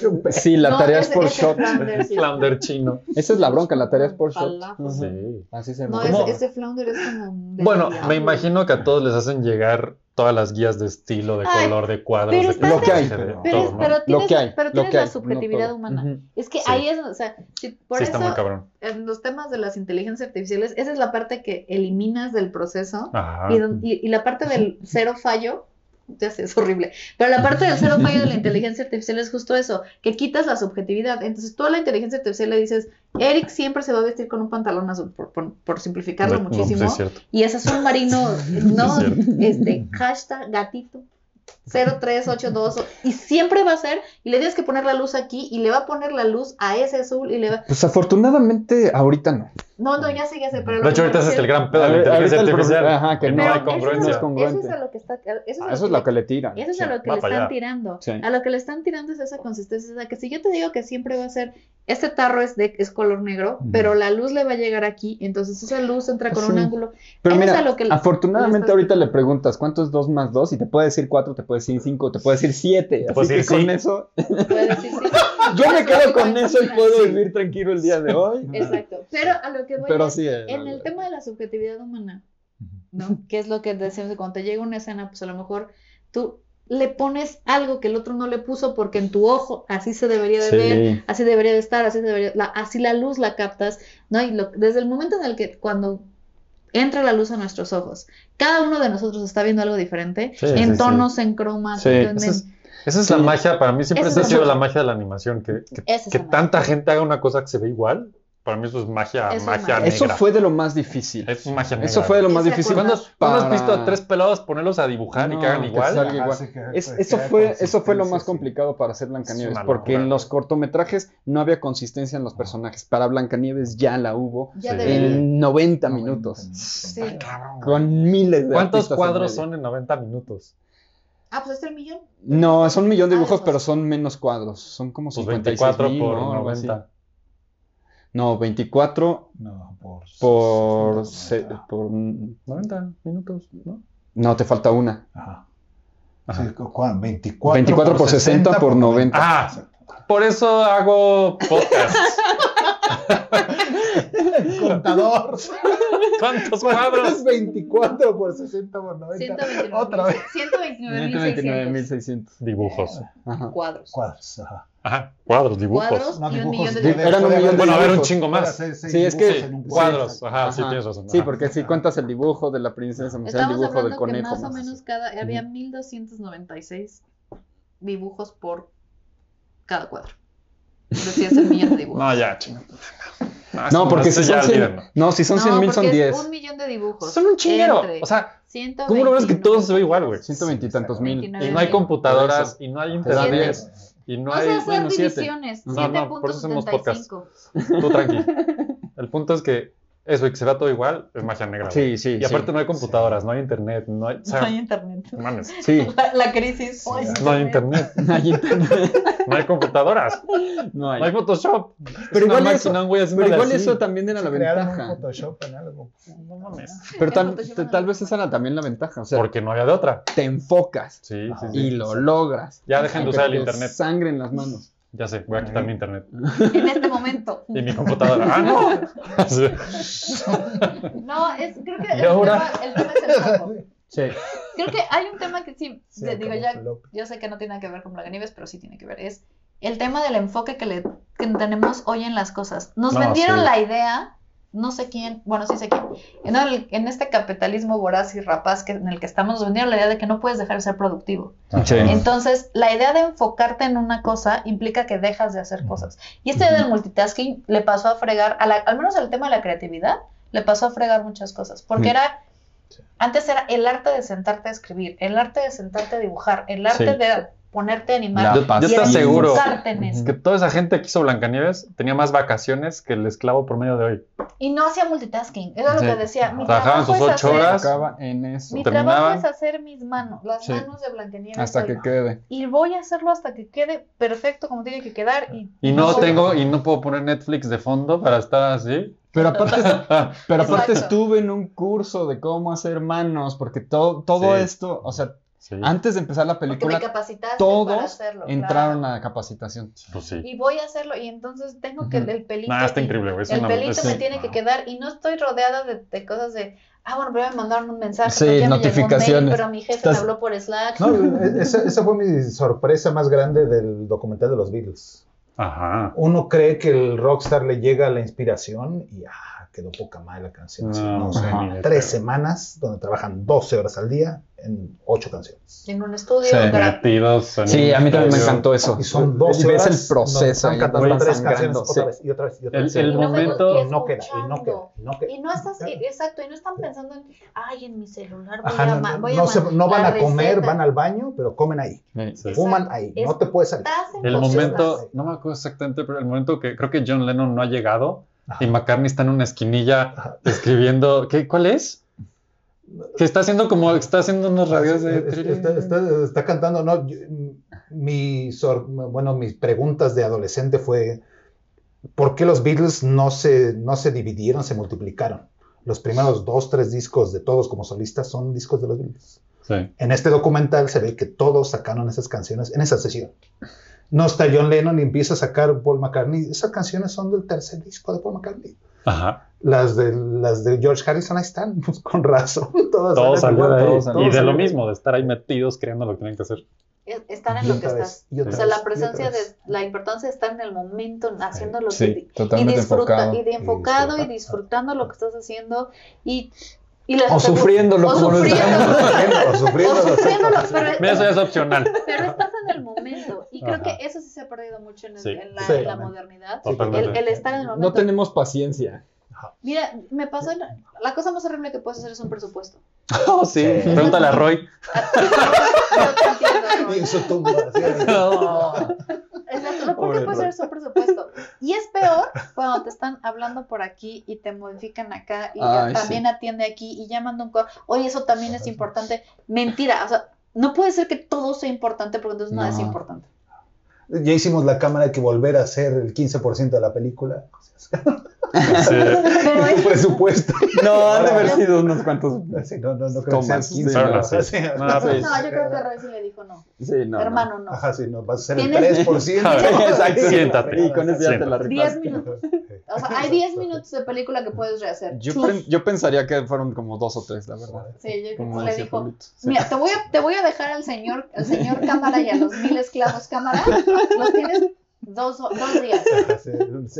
A: Qué un pe-
D: Sí, la
E: No,
D: tarea es
E: ese-
D: por
E: ese
D: shot.
E: Flounder,
C: [laughs]
E: sí.
C: Flounder chino.
D: Esa es la bronca, la tarea es por shot.
E: Palafo.
D: Ajá.
C: Sí.
D: Así se
E: No,
D: llama.
C: ¿Cómo?
E: ese, ese Flounder es como... un
C: Bueno,
E: desviado.
C: me imagino que a todos les hacen llegar todas las guías de estilo, de
E: Ay,
C: color, de cuadros,
E: pero
C: de
E: estás-
D: Lo que hay.
C: de- de
E: Pero, es-
C: todo, ¿no?
E: pero
D: Lo
E: tienes,
D: que hay.
E: pero
D: lo
E: tienes
D: que
E: la
D: hay, no
E: subjetividad
D: todo.
E: humana.
D: Ujú.
E: Es que
C: Sí.
E: ahí es, o sea, si- por
C: sí,
E: eso
C: está muy cabrón.
E: en los temas de las inteligencias artificiales, esa es la parte que eliminas del proceso
C: Ajá.
E: y, don- y- y la parte del cero fallo, ya sé, es horrible, pero la parte del cero fallo de la inteligencia artificial es justo eso, que quitas la subjetividad. Entonces tú a la inteligencia artificial le dices, Eric siempre se va a vestir con un pantalón azul, por, por- por simplificarlo
C: No, pues, no,
E: muchísimo,
C: [laughs] sí, es cierto.
E: y es azul marino, no,
C: Es cierto.
E: este, hashtag gatito. 0382 y siempre va a ser y le tienes que poner la luz aquí y le va a poner la luz a ese azul y le va
D: Pues afortunadamente ahorita no.
E: No, no, ya sé, ya sé, pero
C: De hecho, ahorita ese es el gran pedo de la
D: Ahorita el
C: inteligencia artificial.
D: problema- ajá, que
C: que
D: no
C: no
E: Pero eso
C: hay
E: es a lo-
C: congruencia.
D: congruente.
E: Eso es a lo que está eso es a
D: Ah,
E: lo
D: eso es
E: que-
D: lo que le tiran.
E: Eso es
D: sí.
E: a lo que
C: va
E: le
C: para
E: están
C: allá.
E: tirando.
D: Sí.
E: A lo que le están tirando es esa consistencia. O sea, que si yo te digo que siempre va a ser, este tarro es de es color negro,
D: Ujú.
E: pero la luz le va a llegar aquí, entonces esa luz entra con un
D: Sí.
E: ángulo.
D: Pero
E: Eso es
D: mira,
E: a lo que le- le
D: afortunadamente
E: estás
D: ahorita le
E: quitando.
D: preguntas cuánto es 2 más 2 y te puede decir 4, te puede decir 5, te puede decir 7. Así
C: puede
D: que
C: decir
D: con
C: sí.
D: eso,
E: Puede decir,
D: [laughs]
E: sí.
D: yo me
E: Es lo que
D: quedo con
E: cuenta.
D: eso y puedo
E: Sí.
D: vivir tranquilo el día de hoy.
E: Exacto. Pero a lo que voy
D: Pero
E: es,
D: sí. eh,
E: en el tema de la subjetividad humana, ¿no? Que es lo que decíamos, cuando te llega una escena, pues a lo mejor tú le pones algo que el otro no le puso porque en tu ojo así se debería de ver,
D: Sí.
E: así debería de estar, así debería, la, así la luz la captas, ¿no? Y lo- desde el momento en el que cuando entra la luz a nuestros ojos, cada uno de nosotros está viendo algo diferente,
C: Sí, sí,
E: en
C: sí.
E: tonos, en cromas,
D: Sí,
E: en-
C: eso es- Esa es la
D: Sí.
C: magia, para mí
E: Esa
C: siempre esa ha
E: es la
C: sido
E: magia.
C: la magia de la animación, que, que,
E: esa es
C: que
E: la magia.
C: tanta gente haga una cosa que se ve igual, para mí eso es magia,
E: Eso es
C: magia
E: magia.
C: negra.
D: Eso fue de lo más difícil.
C: Es magia negra. Ah,
D: Eso fue de lo más
E: Ese
D: difícil.
E: acuerdo.
C: ¿Cuándo,
E: ¿Cuándo-
C: cuándo has
D: para-
C: visto a tres pelados ponerlos a dibujar y
D: No,
C: que hagan
D: que
C: igual?
D: salga igual. Es- eso, fue, eso fue lo más complicado para hacer
C: Es
D: Blancanieves,
C: una
D: porque
C: locura.
D: en los cortometrajes no había consistencia en los personajes. Para Blancanieves ya la hubo
E: Ya
C: Sí.
E: debería-
A: Eh,
D: en 90 minutos,
E: sí.
D: con miles de
C: ¿Cuántos
D: artistas en
C: cuadros
D: medio.
C: son en 90 minutos?
E: Ah, pues este el millón.
D: No, son un millón de
E: Ah,
D: dibujos,
E: esos.
D: pero son menos cuadros. Son como
C: Pues
D: 56
C: 24
D: mil,
C: por
D: ¿no? Algo así.
C: 90.
D: No, 24
A: No, por...
D: por,
E: Pues,
D: se-
E: ah.
A: Ajá.
D: por-
C: ¿90 minutos? ¿no?
D: No, te falta una.
C: Ajá.
A: Sí, cu- cua- 24,
D: 24 por 60 por 90.
C: Ah, por eso hago podcast.
A: [laughs]
E: [laughs]
A: contador.
C: ¿Cuántos cuadros?
A: 24 por 60 por 90
E: 129.000.
A: Otra vez.
E: 129.600
D: 129.600.
C: Dibujos.
D: Ajá.
E: cuadros.
A: cuadros. Ajá.
C: Ajá, cuadros, dibujos.
E: Cuadros
A: No,
E: y un
A: dibujos,
E: millón de
A: di-
E: dólares.
D: Eran un
A: puede
D: millón de
A: haber-
C: Bueno, a ver, un
D: dibujos.
C: chingo
A: puede
C: más.
A: hacer seis
D: Sí, es
A: dibujos
C: que
A: en un cuadro.
C: Cuadros, ajá, sí
D: Ajá.
C: tienes razón.
D: Sí,
C: ajá.
D: porque si cuentas el dibujo de la princesa, más el
E: Estamos
D: dibujo del
E: hablando que
D: conejo.
E: más o
D: más-
E: menos cada, había 1296 dibujos por cada cuadro. Decías el millón de dibujos.
C: No, ya, chingo.
D: No, porque
C: eso
D: si
C: ya
D: son 100,
C: olvídalo.
D: no, si son
E: No,
D: 100 mil son
E: porque es
D: 10.
E: Un millón de dibujos.
C: Son un chinguero.
E: Entre
C: O sea, ¿cómo logras que todo se ve igual, güey?
D: 120 y tantos mil.
E: 29.
C: Y no hay computadoras, y no hay
D: Te da
C: internet,
D: 10.
C: y no
E: No
C: hay.
E: sé hacer
C: bueno, siete.
E: divisiones.
C: No, no, por eso hacemos podcast.
E: 7.75.
C: Tú tranqui. El punto es que eso, y que se vea todo igual, es magia negra. güey.
D: Sí, sí.
C: Y aparte
D: sí.
C: no hay computadoras, no hay internet, no hay. O sea,
I: No hay internet.
C: no mames,
D: Sí.
I: La, [laughs] la crisis. Ay, sí,
C: no hay internet,
D: [laughs] No hay internet.
C: no hay computadoras,
D: No hay.
C: no hay Photoshop.
D: Pero
C: es
D: igual
C: una
D: eso-
C: máquina, güey,
D: Pero
C: haciéndole
D: igual
C: así.
D: eso también era la
A: Crearon un
D: ventaja.
A: Photoshop en algo.
C: No mames.
D: Pero
E: El
D: tal,
E: Photoshop
D: te-
E: era
D: tal
E: la
D: vez esa era también la ventaja. O sea,
C: Porque no había de otra.
D: te enfocas
C: Sí, sí, sí.
D: y lo logras.
C: Ya dejen de
D: Aunque
C: usar el
D: te
C: internet.
D: Sangre en las manos.
C: Ya sé, voy a quitar mi internet.
I: en este momento.
C: [laughs] Y
D: [laughs]
C: mi computadora. ¡Ah, no! Sí.
E: No, es, creo que
C: ¿Y
E: el,
C: ahora?
E: Tema, el tema es
C: [laughs]
E: el foco.
D: Sí.
E: Creo que hay un tema que sí,
A: Sí,
E: de- digo, ya,
A: camufló.
E: yo sé que no tiene nada que ver con Blancanieves, pero sí tiene que ver. Es el tema del enfoque que, le, que tenemos hoy en las cosas. Nos
C: No,
E: vendieron
C: sí.
E: la idea, no sé quién, bueno, sí sé quién, en, el- en este capitalismo voraz y rapaz que, en el que estamos, nos vendieron la idea de que no puedes dejar de ser productivo. Entonces, la idea de enfocarte en una cosa implica que dejas de hacer cosas. Y este del multitasking le pasó a fregar, a la- al menos el tema de la creatividad, le pasó a fregar muchas cosas. Porque
D: Mm.
E: era, antes era el arte de sentarte a escribir, el arte de sentarte a dibujar, el arte
D: Sí.
E: de ponerte a animar.
C: Yo- yo
E: y
C: te
E: era
C: aseguro
E: enfocarte en eso.
C: que toda esa gente que hizo Blancanieves tenía más vacaciones que el esclavo promedio de hoy.
E: Y no hacía multitasking, era lo
D: Sí.
E: que decía. Mi
C: Trabajaban
E: trabajo
C: sus
E: es
C: ocho
E: hacer-
C: horas.
D: Acaba en eso.
E: Mi trabajo
C: terminaban.
E: es hacer mis manos, las
D: Sí.
E: manos de Blancanieves.
D: Hasta
E: hoy.
D: que quede.
E: Y voy a hacerlo hasta que quede perfecto como tiene que quedar. Y,
C: Y no
E: soy-
C: tengo, y no puedo poner Netflix de fondo para estar así. [laughs]
D: Pero aparte,
E: [laughs]
D: pero aparte
E: Exacto.
D: estuve en un curso de cómo hacer manos, porque todo, todo
C: Sí.
D: esto, o sea,
C: Sí,
D: antes de empezar la
E: Porque me
D: película,
E: capacitaste para
D: todos
E: hacerlo.
D: entraron
E: claro.
D: a la capacitación.
C: pues sí.
E: Y voy a hacerlo y entonces tengo que
D: Ujú.
E: el pelito.
C: Nada, está
E: y-
C: increíble, güey. Es
E: El
C: una-
E: pelito
C: es-
E: me tiene que quedar y no estoy rodeada de, de cosas de. Ah, bueno, pero me mandaron un mensaje.
D: Sí,
E: pero ya me llegó un mail,
D: notificaciones.
E: pero mi jefe
D: Estás-
E: me habló por Slack.
A: No, e, esa, esa fue mi sorpresa más grande del documental de los Beatles.
C: Ajá.
A: Uno cree que el rockstar le llega la inspiración y ah, quedó poca madre la canción. así,
C: No,
A: no sé,
C: ajá.
A: tres semanas donde trabajan 12 horas al día en ocho canciones.
E: En un estudio,
D: Sí,
E: gra-
C: Metidos en
D: Sí,
C: un
D: a mí también me
C: estudio.
D: encantó eso.
A: Y son 12
D: Ves
A: horas.
D: el proceso.
A: donde
D: ahí,
A: Están
D: güey,
A: cantando tres canciones
D: sangrando,
A: otra
D: sí.
A: vez y otra vez y otra
C: El-
A: vez.
C: el
A: y otra vez.
C: momento-
A: Y no queda, y no queda, y no queda.
E: Y no estás, e,
A: Claro.
E: exacto, y no están pensando en, ay, en mi celular voy
A: Ajá,
E: a,
A: no,
E: ma-
A: no-
E: voy a
A: no se-
E: ma-
A: no van
E: la
A: a comer,
E: receta.
A: van al baño, pero comen ahí.
C: Sí.
E: Exacto.
A: Fuman ahí. No
E: Es-
A: te puedes salir.
E: Estás en
C: El
E: tus
C: momento,
E: cosas.
C: no me acuerdo exactamente, pero el momento que creo que John Lennon no ha llegado
A: Ajá.
C: y McCartney está en una esquinilla
A: Ajá.
C: escribiendo, ¿qué, ¿cuál es? Que está haciendo como, está haciendo unos radios
D: eh,
C: de...
A: Está, está- está- está cantando, ¿no? Yo- Mi sor- bueno, mis preguntas de adolescente fue, ¿por qué los Beatles no se, no se dividieron, se multiplicaron? Los primeros dos, tres discos de todos como solistas son discos de los Beatles.
C: Sí.
A: En este documental se ve que todos sacaron esas canciones en esa sesión. No está John Lennon y empieza a sacar Paul McCartney. Esas canciones son del tercer disco de Paul McCartney.
C: Ajá.
A: Las de, las de George Harrison ahí están, [laughs] pues, con razón. Todas
C: Todo
A: salen
C: salió
A: igual,
C: de ahí.
A: todos salen
C: Y de lo
A: igual.
C: mismo, de estar ahí metidos creando lo que tienen que hacer.
E: Es- Estar en
A: Y
E: lo que
A: otra vez,
E: estás.
A: y otra
E: O sea, la
A: vez, y otra
E: presencia de,
A: vez.
E: la importancia de estar en el momento, haciendo lo que
D: Sí,
E: y
D: totalmente
E: disfruta-
D: enfocado.
E: y de enfocado y disfrutando lo que estás haciendo y, y las
D: O
E: asegu-
D: sufriéndolo
E: o
D: como lo [laughs]
E: sufriéndolo,
A: Sufriendo,
E: o
A: sufriendo.
E: sufriéndolo,
A: [laughs]
C: Mira, eso
E: pero,
C: ya es [laughs] opcional.
E: pero estás en el momento y creo
C: Ajá.
E: que eso sí se ha perdido mucho en, el-
C: Sí.
E: en la,
A: Sí.
E: en la modernidad el,
C: Totalmente.
E: el estar en el momento
J: No tenemos
E: [laughs]
J: paciencia.
E: mira me pasó en- la cosa más horrible que puedes hacer es un
D: [laughs]
E: presupuesto
C: Oh, sí. Pregúntale a Roy.
E: no te entiendo, ¿no?
A: Y en su tumba, así,
D: [laughs]
E: Exacto, lo peor que puede ser es un presupuesto. Y es peor cuando te están hablando por aquí y te modifican acá y ya
D: Ay,
E: también atiende aquí y ya manda un correo. Oye, eso también es importante. Mentira, o sea, no puede ser que todo sea importante porque entonces nada es
D: No.
E: importante.
A: Ya hicimos la cámara, hay que volver a hacer el 15% de la película.
C: Sí.
A: [laughs]
D: [laughs]
E: Pero es,
A: Presupuesto.
D: No, han de haber sido unos cuantos.
A: Así, no, no, no creo que
D: Toma,
A: sea-
D: quince,
A: sí,
C: no,
A: no,
C: sí.
A: sí,
C: No,
A: no,
C: pues.
E: no, yo creo que Roy sí le dijo no.
D: Sí, eh, no.
E: Hermano, no.
A: Ajá, sí, no, vas a ser el
E: Tienes-
A: 3%.
C: A ver,
A: [laughs] Exacto.
C: siéntate.
D: Y con eso ya te la
E: Diez
D: rifaste.
E: minutos. O
D: [laughs]
E: sea, hay 10 minutos de película que puedes rehacer.
D: Yo,
E: Chus.
D: pen- yo pensaría que fueron como dos o tres, la verdad.
E: Sí, yo creo
D: Como
E: que le
D: decía
E: dijo,
D: Pablito. Sí.
E: Mira, te voy a, te voy a dejar al señor, al
D: [laughs]
E: señor cámara y a los mil esclavos cámara. Los tienes dos, dos días.
A: Ajá, sí,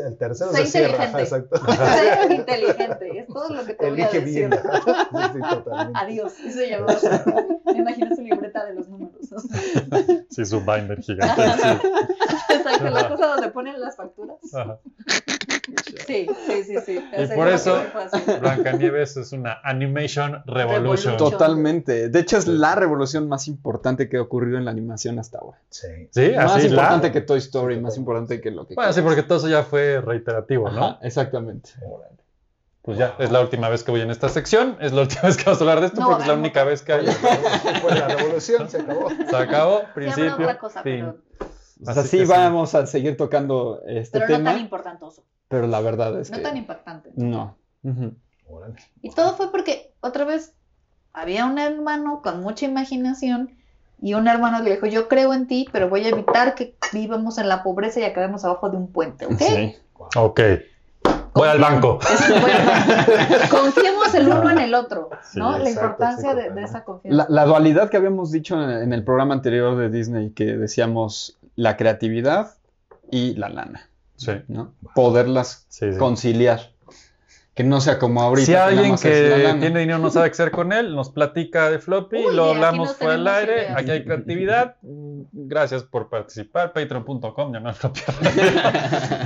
A: El tercero
E: Sé
A: se cierra.
E: inteligente.
A: Ajá, exacto.
E: [laughs]
A: [laughs]
E: Sé inteligente. Es todo lo que te voy a
A: Elige
E: decir.
A: bien. ajá. Sí, sí, totalmente.
E: Adiós. Eso llamó. Me imagino su libreta de los números. [laughs]
C: Sí, su binder gigante. sí.
E: Exacto, la cosa donde ponen las facturas.
C: Ajá.
E: Sí, sí, sí, sí.
C: Ah. Y por eso- Blancanieves es una animation revolution.
E: Revolution.
D: Totalmente. De hecho, es la revolución más importante que ha ocurrido en la animación hasta ahora.
A: Sí.
C: Sí,
D: Más
C: así la.
D: importante que Toy Story, más importante que lo que.
C: Bueno, sí, porque todo eso ya fue reiterativo, ¿no?
D: Ajá, exactamente.
C: Pues ya, es la última vez que voy en esta sección, es la última [laughs] vez que vamos a hablar de esto
E: No,
C: porque es la
E: ay, no.
C: única vez que hay.
A: Fue la revolución, se acabó.
C: Se acabó,
E: Principio,
C: principio,
E: otra cosa,
C: fin.
E: pero,
D: O
C: Así
D: sea,
C: que
D: sí
C: sí.
D: vamos a seguir tocando este
E: pero no
D: tema,
E: tan importantoso,
D: pero la verdad es
E: no
D: que
E: tan impactante.
D: no. Ujú.
A: Órale.
E: Y todo fue porque, otra vez, había un hermano con mucha imaginación y un hermano que le dijo, yo creo en ti, pero voy a evitar que vivamos en la pobreza y acabemos abajo de un puente, ¿ok?
D: Sí.
C: Ok, voy al banco.
E: Es bueno. Confiemos el uno en el otro, ¿no? la
A: exacto,
E: importancia
A: sí,
E: de, de
A: totalmente.
E: esa confianza.
D: La, la dualidad que habíamos dicho en, en el programa anterior de Disney, que decíamos la creatividad y la lana,
C: Sí,
D: ¿no? Poderlas
C: sí, sí.
D: conciliar. Que no sea como ahorita.
C: si
D: que nada
C: alguien
D: más es la
C: que
D: lana.
C: tiene dinero no sabe qué hacer con él, nos platica de floppy,
E: Uy,
C: lo
E: de aquí
C: hablamos
E: no
C: fuera del
E: tenemos
C: aire,
E: idea.
C: aquí
D: [laughs]
C: hay creatividad. Mm, Gracias por participar, patreon.com, llamar floppy
D: [laughs]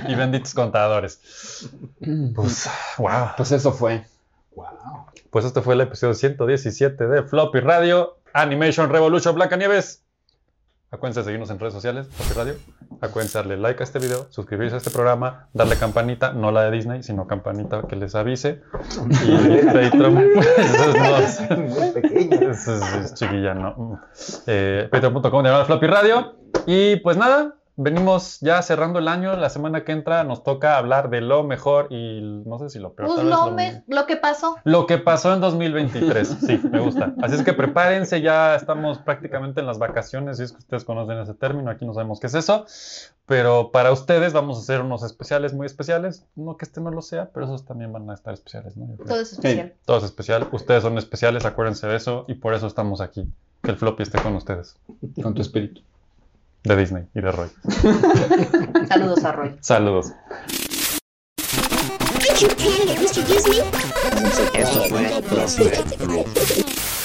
C: y benditos contadores.
D: [laughs]
C: Pues, wow.
D: Pues eso fue.
A: Wow.
C: Pues este fue el episodio 117 de Floppy Radio, Animation Revolution Blancanieves. Acuérdense de seguirnos en redes sociales, Floppy Radio. Acuérdense darle like a este video, suscribirse a este programa, darle campanita, no la de Disney, sino campanita que les avise. Y
D: [laughs]
C: Patreon, [laughs] eso no, eso
A: Muy pequeño.
C: es, es chiquilla, ¿no? Eh, Patreon.com de Floppy Radio. Y pues nada, venimos ya cerrando el año. La semana que entra nos toca hablar de lo mejor y no sé si lo peor.
E: Pues
C: tal vez
E: lo,
C: lo
E: me- lo que pasó,
C: lo que pasó en 2023, sí, me gusta. Así es que prepárense, ya estamos prácticamente en las vacaciones, si es que ustedes conocen ese término, aquí no sabemos qué es eso, pero para ustedes vamos a hacer unos especiales muy especiales, no que este no lo sea, pero esos también van a estar especiales, ¿no? Yo creo.
E: todo es especial.
C: Todo es especial, ustedes son especiales, acuérdense de eso, y por eso estamos aquí, que el floppy esté con ustedes,
D: Con tu espíritu.
C: de Disney y de Roy.
E: Saludos a Roy.
C: Saludos.
K: that you can that Mr. Disney? Esto fue